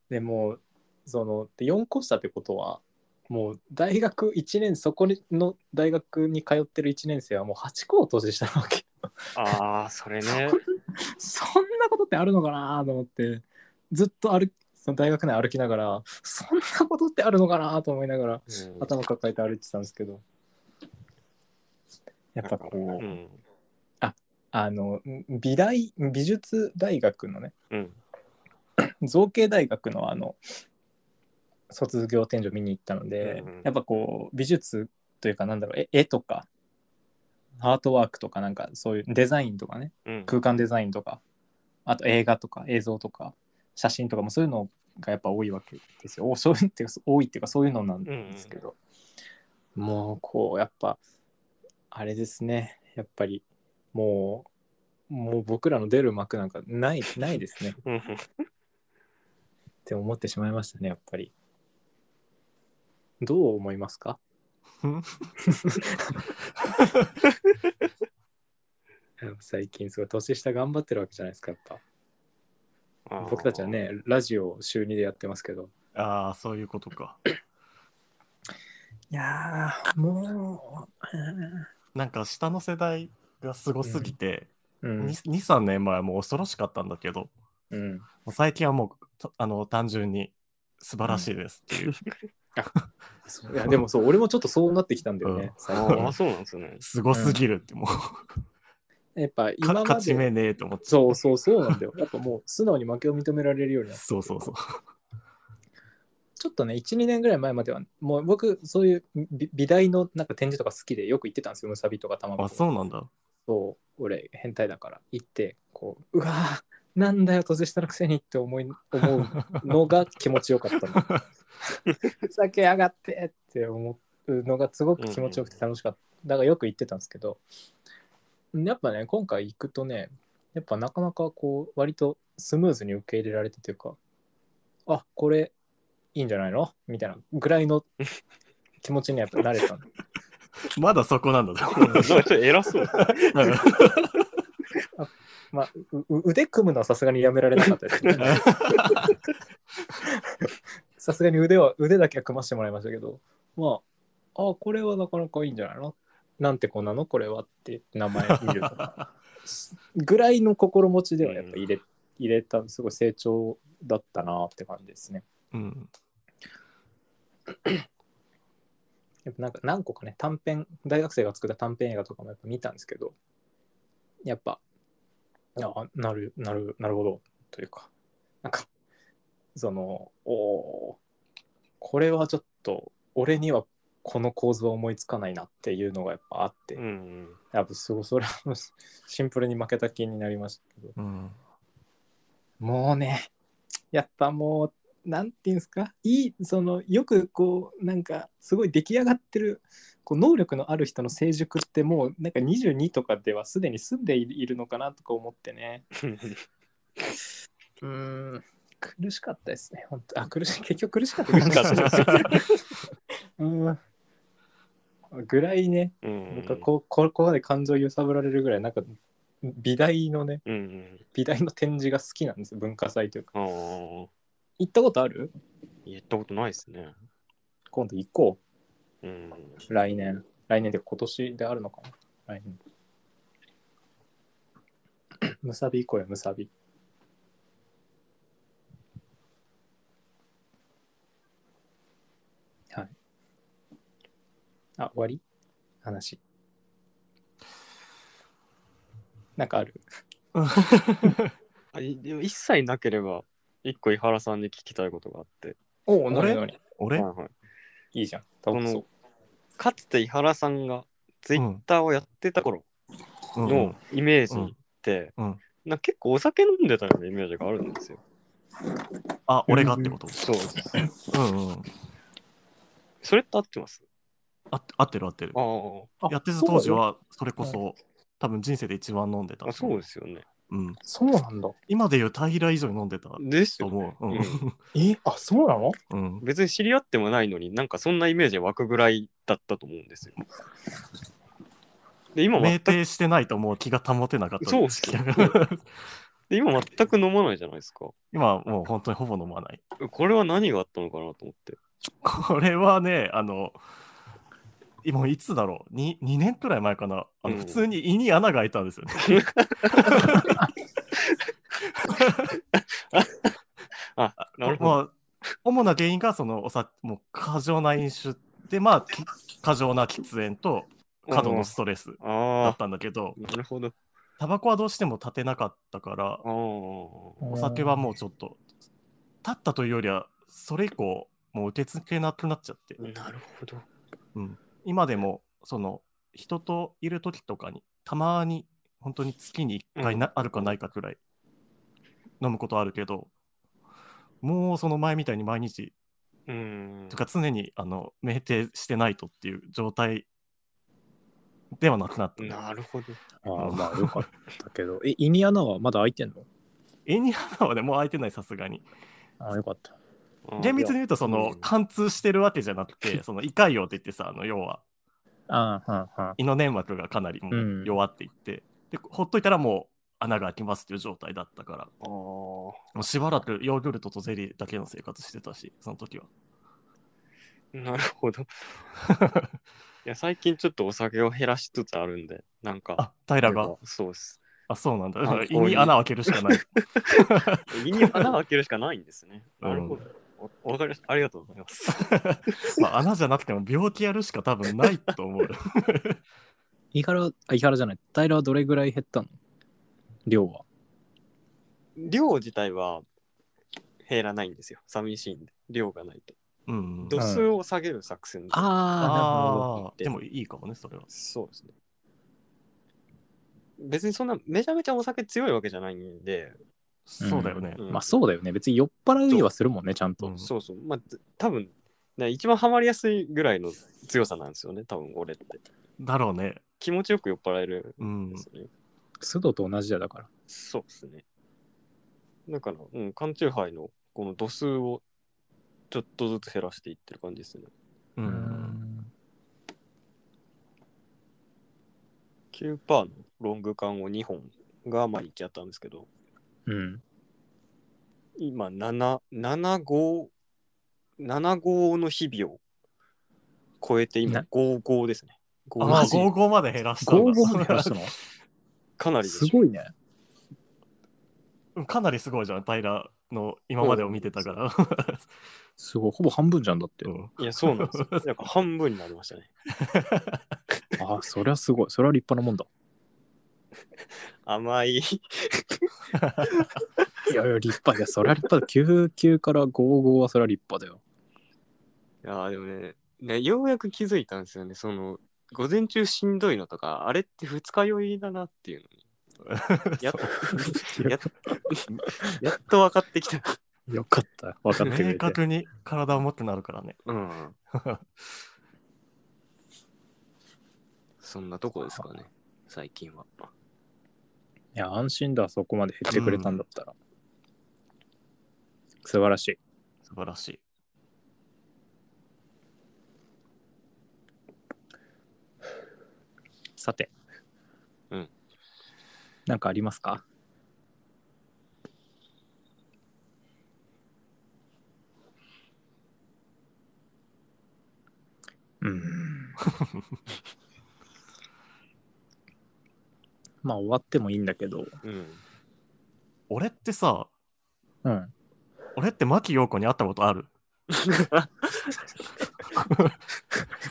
B: でも、その、で4個下ってことは、もう大学1年そこの大学に通ってる1年生はもう8校年下なわけ
A: ああ、それ ね。
B: そんなことってあるのかなと思ってずっと歩きその大学内歩きながらそんなことってあるのかなと思いながら
A: うん
B: 頭抱えて歩いてたんですけどやっぱこう、
A: うん。
B: あの美大美術大学のね
A: うん。
B: 造形大学のあの卒業展示を見に行ったので、
A: うんうん
B: やっぱこう美術というかなんだろう絵絵とかアートワークとかなんかそういうデザインとかね
A: うん。
B: 空間デザインとかあと映画とか映像とか写真とかもそういうのがやっぱ多いわけですよおそういうっていうか多いっていうかそういうのなんですけど、もうこうやっぱあれですねやっぱりもうもう僕らの出る幕なんかない ないですね
A: うん
B: って思ってしまいましたねやっぱりどう思いますか
C: ん
B: 最近すごい年下頑張ってるわけじゃないですかやっぱ僕たちは。ねラジオを週2でやってますけど
C: ああ、そういうことか。
B: いやーも
C: なんか下の世代がすごすぎて、
B: うう
C: 2、
B: ん、
C: 3年前はもう恐ろしかったんだけど、も
B: うん、
C: う最近はもうたあの単純に素晴らしいですっていう、
B: そういやでもそう俺もちょっとそうなってきたんだよね、
C: うん
B: 最
A: あーあー、そうなんですね。
C: すごすぎるってもう、
B: 近やっぱ今
C: か
B: まで
C: 勝ち目ねえと思っちゃう。
B: そうそうそうなんだよやっ ぱもう素直に負けを認められるようになった
C: そうそうそう。
B: ちょっとね12年ぐらい前まではもう僕そういう美美大のなんか展示とか好きでよく行ってたんですよむさびとか卵と
C: あ、
B: か
C: そうなんだ。
B: そう俺変態だから行ってこううわーなんだよ年下のくせにって思い思うのが気持ちよかったのふざけやがってって思うのがすごく気持ちよくて楽しかった、だからよく行ってたんですけどやっぱね今回行くとねやっぱなかなかこう割とスムーズに受け入れられてというかあこれいいんじゃないのみたいなぐらいの気持ちにはやっぱ慣れたの
C: まだそこなんだ。でも
A: なんかちょっと偉そう。
B: まあうう腕組むのはさすがにやめられなかったですねさすがに腕は腕だけは組ましてもらいましたけどまああこれはなかなかいいんじゃないのなんてこんなのこれはって名前見るとかぐらいの心持ちではやっぱ入れ,、入れたすごい成長だったなって感じですね
C: うん、
B: やっぱなんか何個かね短編大学生が作った短編映画とかもやっぱ見たんですけどやっぱあなるなるなるほどというかなんかそのおーこれはちょっと俺にはこの構図は思いつかないなっていうのがやっぱあって、
A: うん。
B: やっぱすごいそれはもうシンプルに負けた気になりましたけど
C: うん。
B: もうねやっぱもうなんていうんですかいいそのよくこうなんかすごい出来上がってるこう能力のある人の成熟ってもうなんか22とかではすでに住んでいるのかなとか思ってねうーん苦しかったですね本当あ苦しい結局苦しかった
A: 苦しかったです
B: うーんぐらいね
A: うん
B: 僕はこうここまで感情揺さぶられるぐらいなんか美大のね
A: うんうん。
B: 美大の展示が好きなんですよ文化祭というか
A: ああ、
B: 行ったことある
A: 言ったことないですね。
B: 今度行こ
A: うん。
B: う来年来年で今年であるのかな来 年むさび行こうよむさびはいあ終わり話なんかある
A: あいでも一切なければ、一個井原さんに聞きたいことがあって。
B: おお
C: 俺
B: なになに
C: 俺
A: はいはい
B: いいじゃん
A: こ
B: 楽しそう
A: のかつて井原さんがツイ
C: う
A: ッ
C: ん
A: ターをやってた頃
C: うん
A: のイメージって、
C: うんうん
A: なんか結構お酒飲んでたようなイメージがあるんですよ。
C: あ、俺がってこと
A: そう。
C: うんうん。
A: それって合ってます
C: あって合ってる合ってる
A: あ。あ、
B: あ
C: やってた
B: そうだ
C: 当
B: よ
C: 時は、それこそ、多分人生で一番飲んでた。
A: あそうですよね。
C: うん。
B: そうなんだ
C: 今でいう平以上に飲んでた
A: です
C: と
A: よね
C: 思う。うん
B: えあそうなの
C: うん。
A: 別に知り合ってもないのになんかそんなイメージ湧くぐらいだったと思うんですよ。で今全
C: 酩
A: く
C: 酊してないともう気が保てなかった。
A: そうっす よねで今全く飲まないじゃないですか。
C: 今はもう本当にほぼ飲まない。
A: これは何があったのかなと思って。
C: これはね、あの、今いつだろう 2, 2年くらい前かなあの、
A: うん
C: 普通に胃に穴が開いたんですよね。
A: あ、なるほど。
C: まあ、主な原因がそのおさもう過剰な飲酒で、まあ、き過剰な喫煙と過度のストレスだ
A: あ
C: ったんだけど
A: あ、なるほど。
C: タバコはどうしても立てなかったから
A: ああ。
C: お酒はも
B: う
C: うちょっと立ったというよりはそれ以降もう受け付けなくなっちゃって、
A: なるほど。
C: うん、今でもその人といる時とかにたまに本当に月に1回な、あるかないかくらい飲むことあるけどもうその前みたいに毎日
A: うん
C: と。か常にあの酩酊してないとっていう状態ではなくなった、
A: なるほど。
B: ああまあよかったけどえ胃に穴はまだ開いてんの
C: エニアナはねもう空いてないさすがに
B: ああよかった
A: あー
C: 厳密に言うとその
A: うん
C: 貫通してるわけじゃなくてその胃潰瘍って言ってさあの要は
B: ああはんはん
C: 胃の粘膜がかなりもう弱っていって、でほっといたらもう穴が開きますっていう状態だったから
A: あー
C: もうしばらくヨーグルトとゼリーだけの生活してたしそ の時は
A: なるほど。いや、最近ちょっとお酒を減らしつつあるんで、なんか。
C: あ平が
A: そうです。
C: あそうなんだ
A: あ
C: だから
A: こうい
C: 胃
A: う
C: に穴開けるしかない
A: 胃に穴を開けるしかないんです ね。
C: うん
A: なるほど。おわかりました。ありがとうございます。
C: まあ穴じゃなくても病気やるしか多分ない と思う
B: イカラあイカラじゃない平らはどれぐらい減ったの量は
A: 量自体は減らないんですよ。寂しいんで、量がないと。
C: うんうん
A: 度数を下げる作戦で
B: あ
C: あーでもいいかもねそれは
A: そうですね。別にそんなめちゃめちゃお酒強いわけじゃないんで、
C: そうだよね、
A: う
B: あ
A: ん
B: まあそうだよね別に酔っ払うにはするもんねちゃんと、
C: うん
A: そうそう、まあず多分ね一番ハマりやすいぐらいの強さなんですよね、多分俺って。
C: だろうね
A: 気持ちよく酔っ払える
C: うん
A: んですよね。
B: 須藤と同じだよだから
A: そうですね。だから、うん、缶チューハイのこの度数をちょっとずつ減らしていってる感じですね。
C: う
B: うん
A: 9%のロング缶を2本が毎日やったんですけど、
B: うん
A: 今7、7、5、7、5の日々を超えて今
B: な
A: 5、5ですね。5
C: あ
B: マ
C: あ、
B: ジ
C: 55まで減らしたんだ。
B: 55まで減らしたの
A: かなりです
B: す
A: ょ
B: ごいね
C: うんかなりすごいじゃん、平の今までを見てたから。
B: すごいほぼ半分じゃんだって
C: うん
A: いや、そうなんですよ。なんか半分になりましたね。
B: ああそりゃすごいそれは立派なもんだ
A: 甘い。
B: いやいや立派いやそりゃ立派だ99から55はそりゃ立派だよ
A: いやーでもねね、ようやく気づいたんですよね。その、午前中しんどいのとか、あれって二日酔いだなっていう のに。やっやっやっと分かってきた。
B: よかった分かってくれ
C: 明
B: て
C: 確に体を持ってなるからね。
A: うん。そんなとこですかね、最近は。
B: いや、安心だ、そこまで減ってくれたんだったら。素晴らしい。
C: 素晴らしい。
B: さて。
A: うん。
B: なんかありますか うん。まあ、終わってもいいんだけど。
A: うん。
C: 俺ってさ、
B: うん。
C: 俺って牧陽子に会ったことある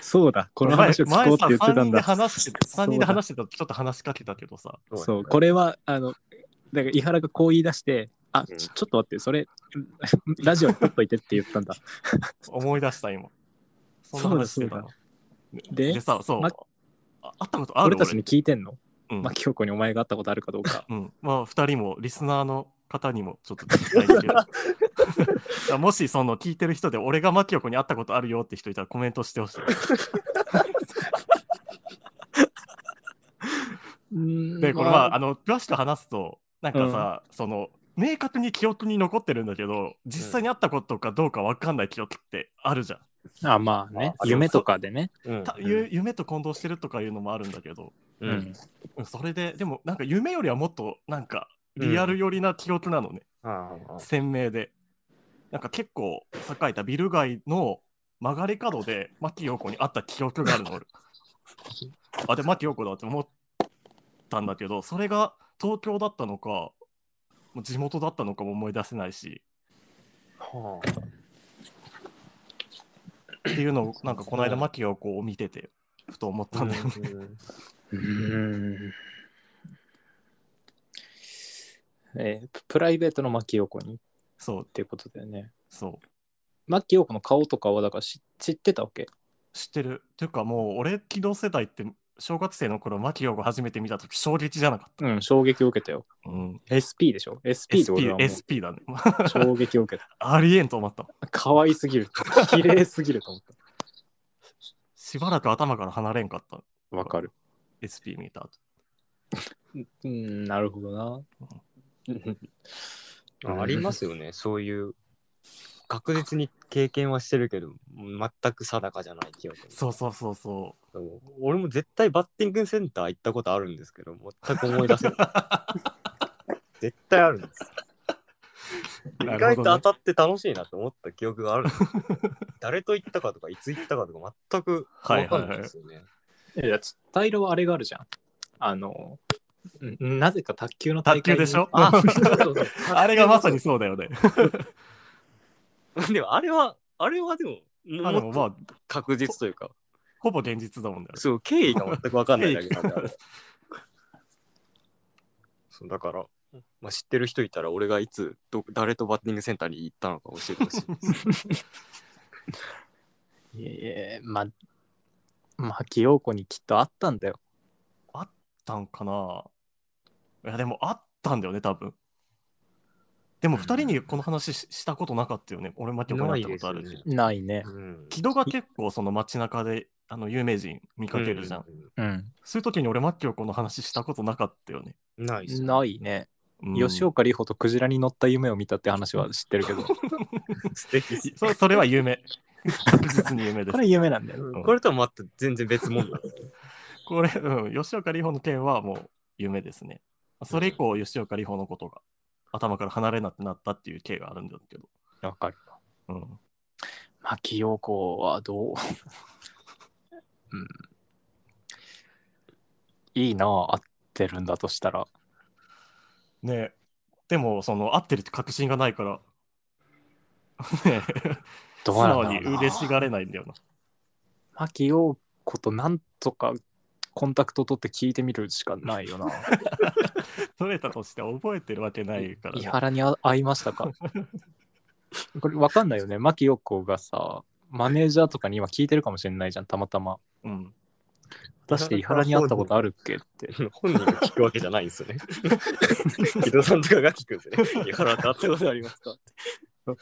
B: そう だ、この話を聞こうって言ってたん
C: 前
B: だ。
C: さ3人で話し
B: そうだ
C: て、3人で話してたとちょっと話しかけたけどさ。
B: そう、これは、あの、だから、伊原がこう言い出して、あ、
A: うん
B: ちょちょっと待って、それ、ラジオに撮っといてって言ったんだ。
C: 思い出した今。そんな話してたな。
B: で
C: で、さ、そう。
B: ま
C: あ会ったことある
B: 俺たちに聞いてんの
C: うん
B: まあ、京子にお前が会ったことあるかどうか。
C: うん、まあ2人もリスナーの方にもちょっと聞きたいんだけどだからもしその聞いてる人で俺がマキオコに会ったことあるよって人いたらコメントしてほしい。でこれは
B: あ、
C: あの詳しく話すとなんかさ、その明確に記憶に残ってるんだけど実際に会ったことかどうか分かんない記憶ってあるじゃん。
B: あ、まあね
A: あ、
B: 夢とかでね。
A: うん
C: たゆ夢と混同してるとかいうのもあるんだけど、
A: う
B: うんん。
C: うんそれででもなんか夢よりはもっとなんかリアル寄りな記憶 なのね、
A: ああ
C: 鮮明で。なんか結構栄えたビル街の曲がり角で牧陽子に会った記憶があ るの俺あで牧陽子だって思ったんだけどそれが東京だったのかもう地元だったのかも思い出せないし
B: は
C: っていうのをなんかこの間牧陽子を見ててふと思っ
B: あ
C: たんだよね、
A: う
B: うんんえーププライベートの牧陽子にっ
C: そう
B: ていうことだよね。
C: そう
B: 牧陽子の顔とかはだから知知ってたわけ
C: 知ってるていうかもう俺機動世代って小学生の頃牧陽子初めて見た時衝撃じゃなかっ
B: うん、衝撃を受けたよ。
C: た、うん、
B: SP でしょ ?SP で俺
C: SP,
B: はもう
C: SP だね
B: 衝撃を受けた。
C: ありえんと思った
B: 可愛すぎる。綺麗すぎると思っ
C: しばらく頭から離れんかった
B: た。わかる。
C: SP 見た後
B: うん、なるほどな。
A: ありますよね、 そういう。確実に経験はしてるけど、全く定かじゃない記憶。
C: そうそうそうそう
A: そう俺も絶対バッティングセンター行ったことあるんですけど、全く思い出せない。 絶対あるんです。意
C: なる
A: 外
C: ほ
A: と
C: ど
A: 当
C: ね
A: たって楽しいなと思った記憶があるんで すけど誰と行ったかとか、いつ行ったかとか、全く分かんないですよね。
B: いや、つ平良はあれがあるじゃん。あの、んなぜか卓球の
C: 卓球でしょ
B: あ、そうそうそう
C: あれがまさにそうだよね。
A: でも、あれは、あれはでも、
C: あ
A: も
C: の
A: う
C: まあ、
A: 確実というか、
C: ほぼ現実だもんだよ。
A: そう、経緯が全く分かんないだけなんであれは そうだから、まあ、知ってる人いたら、俺がいつど、誰とバッティングセンターに行ったのか教えてほしい。
B: いえいえ、ま、牧陽子にきっとあったんだよ。
C: あったんかないや、でもあったんだよね、多分。でも、二人にこの話ししたことなかったよね。俺、マキオになったことある
A: ないですよ
C: し
A: ね。
B: ないね。
A: うん
C: 木戸が結構、その街中で、あの、有名人見かけるじゃん。
A: う
B: うん。
C: そういう時に俺、マキオこの話したことなかったよね。
A: んないですね
B: ないね。
C: うん
B: 吉岡里帆とクジラに乗った夢を見たって話は知ってるけ ど、
A: 素敵っす
C: そそれは有名。確実に有名で
B: こ
C: す。
B: れ夢なんだよ。
A: これとはまた全然別物なんですね
C: これ、うん、吉岡里帆の件はもう有名ですね。それ以降、吉岡里帆のことが頭から離れなくなったっていう経緯があるんだけど。
B: わかる。
C: うん。
B: 牧陽子はどううん。いいなあ合ってるんだとしたら。
C: ねえでも、その、合ってるって確信がない から、ねえ
B: どう
C: 素
B: なんだろ
C: 直
B: うな
C: に嬉しがれないんだよな。
B: 牧陽子となんとかコンタクト取って聞いてみるしかないよな。
C: 取れたとして覚えてるわけないから、
B: 伊
C: ね。
B: 原にあ会いましたか これわかんないよね。牧陽子がさ、マネージャーとかに今聞いてるかもしれないじゃん、たまたま。
C: うん。
B: 果たして伊原に会ったことあるっけって。
A: 本人が聞くわけじゃないんですよね。 木戸さんとかが聞くんですね。いや、あなた会ったことありますか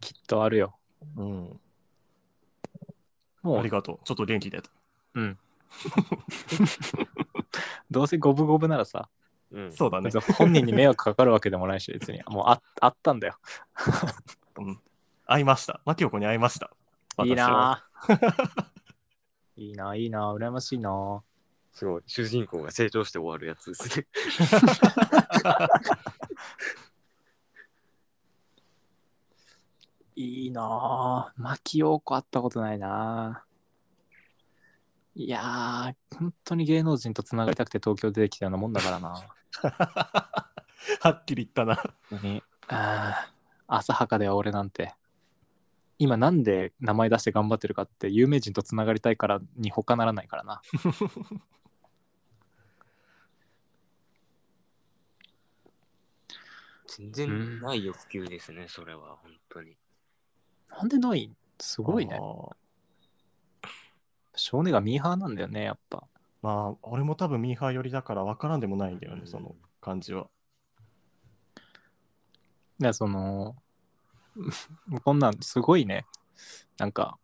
B: きっとあるよ。
C: うん。
B: も
C: あ
B: う
C: りがとう。ちょっと元気でと。
B: どうせ五分五分ならさ、
A: うん。
C: そうだね。
B: 本人に迷惑かかるわけでもないし、別に。もうああったんだよ。
C: うん、会いました。マキオコに会いました。
B: いい
C: 私は
B: なあ いいなあいいなあ羨ましいなあ
A: すごい。主人公が成長して終わるやつですね。
B: いいなあ牧陽子会ったことないなあいやあ本当に芸能人とつながりたくて東京出てきたようなもんだからな。
C: はっきり言ったな。
B: 本当にああ浅はかだよ俺なんて今なんで名前出して頑張ってるかって有名人とつながりたいからに他ならないからな
A: 全
B: うん
A: 然ない欲求ですね、それは、本当に。
B: なんでないすごいね
C: あー
B: 少年がミーハーなんだよねやっぱ
C: まあ、俺も多分ミーハー寄りだから分からんでもないんだよね、その感じは。
B: いやその こんなんすごいねなんか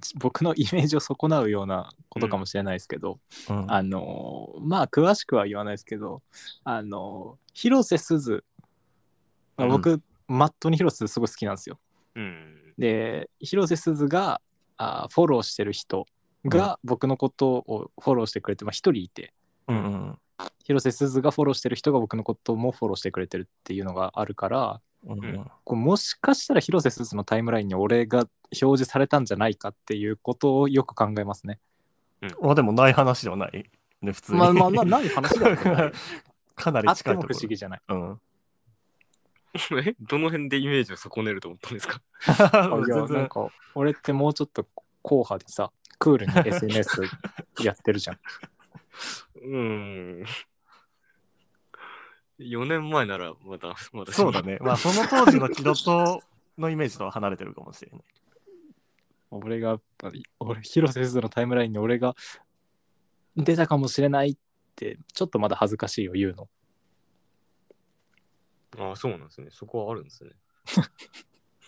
B: ち僕のイメージを損なうようなことかもしれないですけど、
C: うん
B: あのまあ詳しくは言わないですけどあの広瀬すずまあ僕、マットに広瀬すずすごい好きなんですよ
A: うん。
B: で広瀬すずがあーフォローしてる人が僕のことをフォローしてくれてまあ、一人いて
C: うんうん
B: 広瀬すずがフォローしてる人が僕のこともフォローしてくれてるっていうのがあるから
C: うんうん
B: こうもしかしたら広瀬すずのタイムラインに俺が表示されたんじゃないかっていうことをよく考えますね。
C: まあでもない話ではない。ね、普通に。
B: まあまあ まあ、ない話だと思う
C: かな
B: あ
C: り
B: って
C: 近い
B: も
C: とこ
B: 不思議じゃない。
C: ろ。うん。
A: えどの辺でイメージを損ねると思ったんですか
B: いや
C: 全
B: なん
C: 然
B: か俺ってもうちょっと硬派でさクー ルに SNS やってるじゃん。
A: うーん。4年前ならまだ、まだ。
C: そうだね。まあその当時のキロとのイメージとは離れてるかもしれない。
B: 俺がやっぱり俺広瀬すずのタイムラインに俺が出たかもしれないってちょっとまだ恥ずかしいよ言うの。
A: ああ、そうなんですね。そこはあるんですね。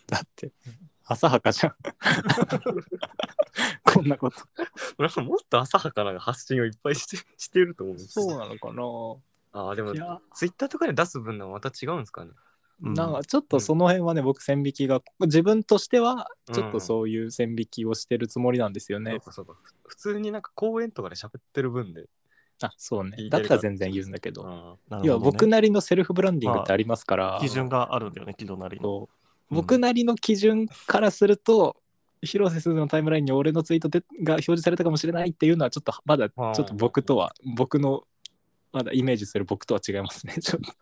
B: だって浅はかじゃん。 こんなこと。
A: なんかもっと浅はかな発信をいっぱいして してると思うんですよ
B: そうなのかな。
A: ああ、でも
B: い、や
A: ツイッターとかで出す分のはまた違うんですかね。
C: うん
B: なんかちょっとその辺はね、僕線引きが自分としてはちょっ
A: うん
B: とそういう線引きをしてるつもりなんですよね。
A: そうかそうか。ふ普通になんか公演とかで喋ってる分で。
B: あそう
A: 聞
B: ね。
A: いて
B: だっ
A: る
B: た
A: から
B: ら全然言うんだけど。
A: あ
C: なるほどね
B: いや僕なりのセルフブランディングってありますから、
C: 基準があるんだよね、キロなりの。
B: そう僕なりの基準からすると、広瀬すずのタイムラインに俺のツイートでが表示されたかもしれないっていうのはちょっとまだちょ
A: あ
B: っ
A: ー
B: と僕とは僕のまだイメージする僕とは違いますねちょっと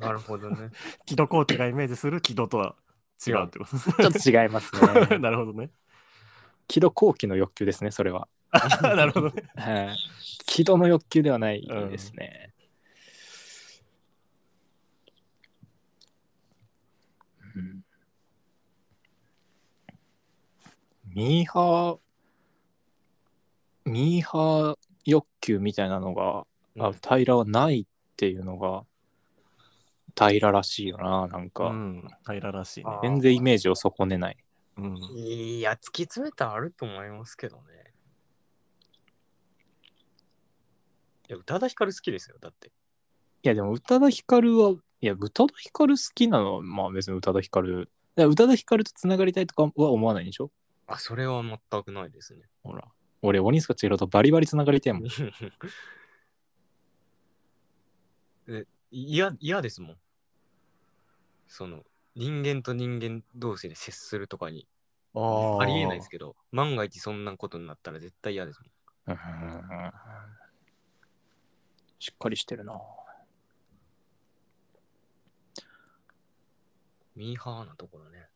A: あ、なるほどね。
C: キドコーチがイメージするキドとは違うってことです
B: ちょっと違います
C: ね。
B: ね
C: なるほどね。
B: 木戸後期の欲求ですねそれは、
C: なるほどね。
B: はい木戸の欲求ではないですね、うんミーハーミーハー欲求みたいなのが、あ平はないっていうのが平らしいよななん
C: う
B: か、
C: ん、平らしいね。
A: あ
B: 全然イメージを損ねない
C: うん
A: いや、突き詰めたらあると思いますけどね。いや、宇多田ヒカル好きですよ、だって。
B: いやでも宇多田ヒカルはいや宇多田ヒカル好きなのはまあ別に宇多田ヒカルいや宇多田ヒカルとつながりたいとかは思わないんでしょ
A: あ、それは全くないですね。
B: ほら俺鬼塚千尋とバリバリつながりたいもん
A: え嫌嫌ですもん。その人間と人間同士で接するとかに
C: あ
A: ありえないですけど、万が一そんなことになったら絶対嫌ですもん。
B: うーんしっかりしてるな
A: ミーハーなところね。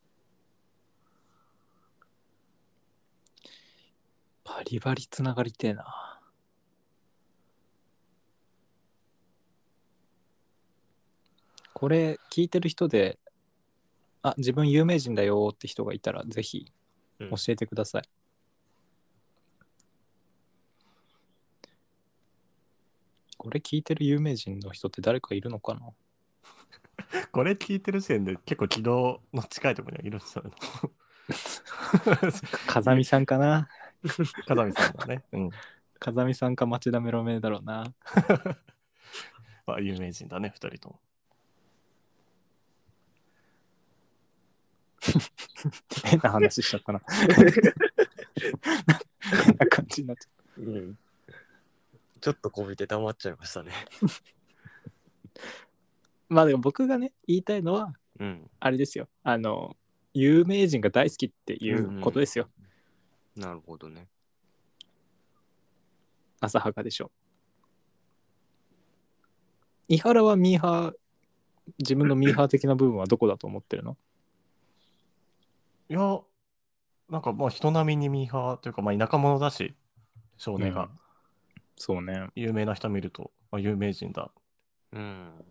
B: バリバリつながりてえなこれ聞いてる人であ自分有名人だよーって人がいたらぜひ
A: うん
B: 教えてください、これ聞いてる有名人の人って誰かいるのかな
C: これ聞いてる時点で結構軌道の近いところにはいるん ですよね。
B: 風見さんかな
C: 風見さんがね、うん
B: 風見さんか町田メロメだろうな
C: まあ、有名人だね、二人とも。
B: 変な話しちゃ ったな変な感じになっちゃった
A: うん、ちょっとこびて黙っちゃいましたね。
B: まあでも僕がね言いたいのは
A: うん。
B: あれですよあの有名人が大好きっていうことですよ、
A: なるほどね。
B: 浅はかでしょ伊原はミーハー自分のミーハー的な部分はどこだと思ってるの
C: いや、なんかまあ人並みにミーハーというか、まあ田舎者だし、少年
B: う
C: が
B: んそうね
C: 有名な人見ると、まあ、有名人だ。
A: うん。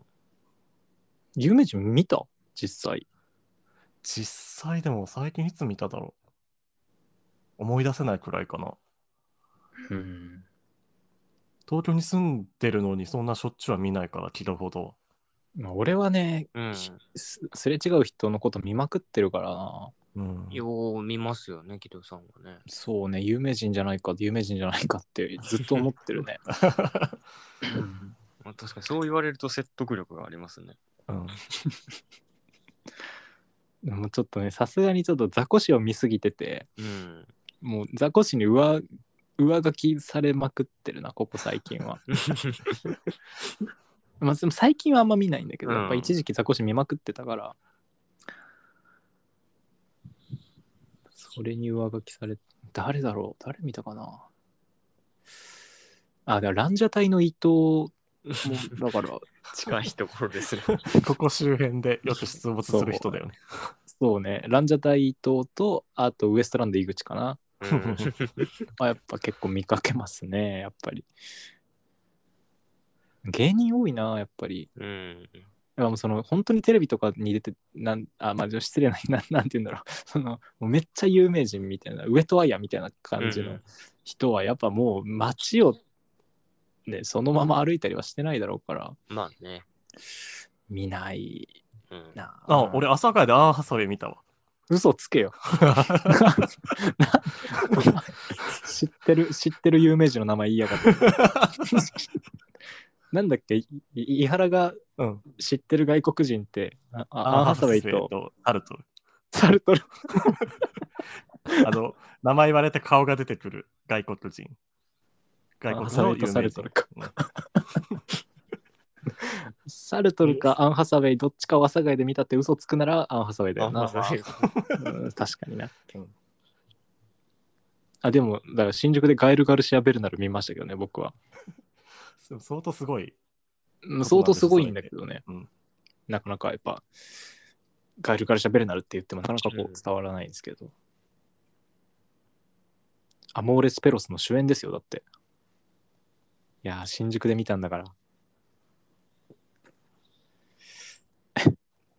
B: 有名人見た実際
C: 実際でも最近いつ見ただろう思い出せないくらいかな。
B: うん
C: 東京に住んでるのにそんなしょっちゅうは見ないから、軌道ほど。
B: まあ俺はね
A: うん、
B: すすれ違う人のこと見まくってるからな
C: うん、
A: よう見ますよね、木戸さんはね。
B: そうね有名人じゃないか有名人じゃないかってずっと思って るね
A: まあ、確かにそう言われると説得力がありますね。
C: うん
B: もうちょっとねさすがにちょっとザコシを見すぎてて
A: うん。
B: もうザコシに上上書きされまくってるなここ最近は まあでも最近はあんま見ないんだけど、
A: うん
B: やっぱ一時期ザコシ見まくってたから俺に上書きされ、誰だろう誰見たかなあ、だからランジャタイの伊藤も、だから、
A: 近いところですね。
C: ここ周辺でよく出没する人だよね。
B: そうね、ランジャタイ伊藤と、あとウエストランド井口かな。
A: うん
B: あやっぱ結構見かけますね、やっぱり。芸人多いな、やっぱり。
A: うん。
B: いやもうその本当にテレビとかに出て、なんあまあ、失礼な、なんなんて言うんだろう、そのもうめっちゃ有名人みたいな、上戸彩みたいな感じ
A: う
B: の
A: ん
B: 人は、やっぱもう街を、ね、そのまま歩いたりはしてないだろうから、
A: まあね。
B: 見ない
A: うん、
B: な。
C: あ、俺、、朝佐ヶ谷でアンハサウェイ見た わ。
B: 嘘つけよ。 知ってる、知ってる有名人の名前言いやがって。 なんだっけ、いい井原が
C: うん。
B: 知ってる外国人って、ああアンハサウェイと
C: とタルト。
B: サルトル。
C: あの、名前言われて顔が出てくる外国人。外国人の有
B: サ
C: 名
B: ルト
C: 人
B: ル。か。サルトルかアンハサウェイ、どっちかを朝がいで見たって嘘つくならアンハサウェイだよ
A: あま
B: な。
A: あそういうこと
B: うん確かにな
A: うん。
B: あ、でも、だから新宿でガエル・ガルシア・ベルナル見ましたけどね、僕は。
C: そう相当すごい。
B: うん相当すごいんだけどね、
C: うん
B: なかなかやっぱガイルから喋るなるって言ってもなかなかこう伝わらないんですけど、アモーレス・ペロスの主演ですよだっていやー新宿で見たんだから じゃあ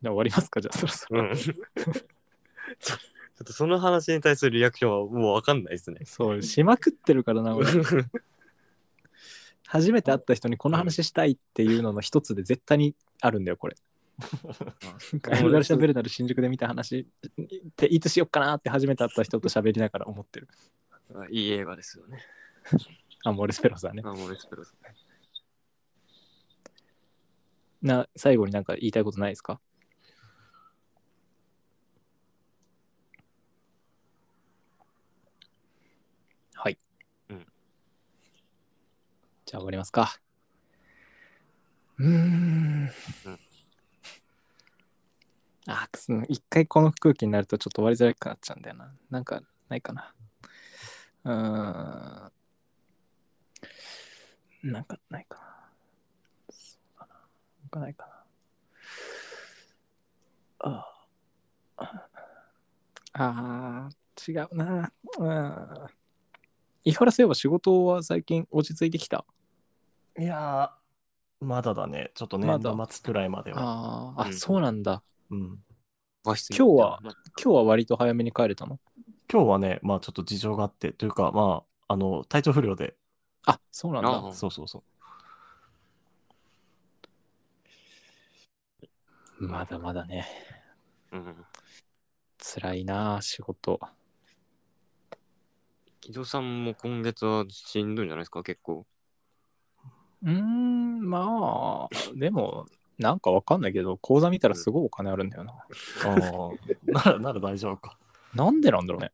B: 終わりますかじゃあそろそろ、
A: うんちょちょっとその話に対するリアクションはもうわかんないですね。
B: そうしまくってるからな 俺初めて会った人にこの話したいっていうのの一つで絶対にあるんだよこれガルガル喋るなら新宿で見た話っていつしよっかなって初めて会った人と喋りながら思ってる。
A: あいい映画ですよね。
B: あ、モーレスペロスだね。
A: アモレスペロス。
B: な、最後になんか言いたいことないですかはい。
A: うん
B: じゃあ終わりますか。うーん。あ、くす一回この空気になるとちょっと終わりづらくなっちゃうんだよな。なんかないかな。うーん。なんかないかな。そうだな。なんかないかな。ああ。あー違うな。うん。井原そういえば仕事は最近落ち着いてきた。
C: いやー、まだだね。ちょっとね、
B: ま
C: ま
B: だ
C: だ末くらいまでは。
B: あーあ、
A: うん
B: そうなんだ。
C: うん、
A: 和室
B: 今日は今日は割と早めに帰れたの
C: 今日はね、まあちょっと事情があって、というか、まあ、あの、体調不良で、
B: あ、そうなんだ
A: あ。
C: そうそうそう。
B: まだまだね。
A: うん。
B: 辛いな、仕事。
A: 木戸さんも今月はしんどいんじゃないですか、結構。
B: うーん、まあ、でも、なんかわかんないけど、口座見たらすごいお金あるんだよな。
C: ああ、なら、なら大丈夫か。
B: なんでなんだろうね。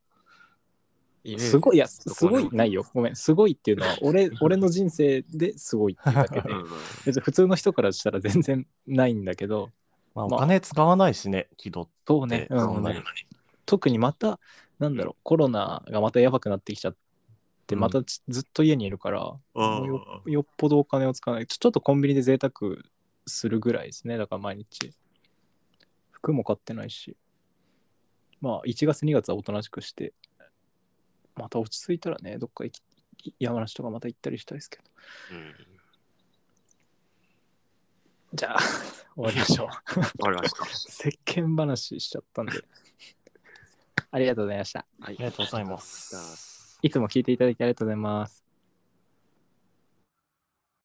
A: イメージ
B: すごい、いや、す
A: そ
B: す
A: こ
B: ご、
A: はい
B: ないよ。ごめん、すごいっていうのは、俺、俺の人生ですごいっていうだけ
A: う
B: で
A: んう。ん
B: 別に普通の人からしたら全然ないんだけど、
C: まあ、お
B: まあ
C: 金使わないしね、気取っ
B: そうね
C: て。、
B: うん
C: そんなに
B: 特にまた、なんだろう、コロナがまたやばくなってきちゃって、
C: うん
B: またちずっと家にいるから、
A: あ
B: もう
A: ー
B: よよっぽどお金を使わないちょ。ちょっとコンビニで贅沢するぐらいですね、だから毎日。服も買ってないし。まあ、1月、2月はおとなしくして、また落ち着いたらね、どっか行き山梨とかまた行ったりしたいですけど。
A: うん
B: じゃあ、 終わりましょ う。
A: わかりました。
B: 石鹸話しちゃったんで。 ありがとうございました。
A: はい
C: ありがとうございます。
B: いつも聞いていただきありがとうございます。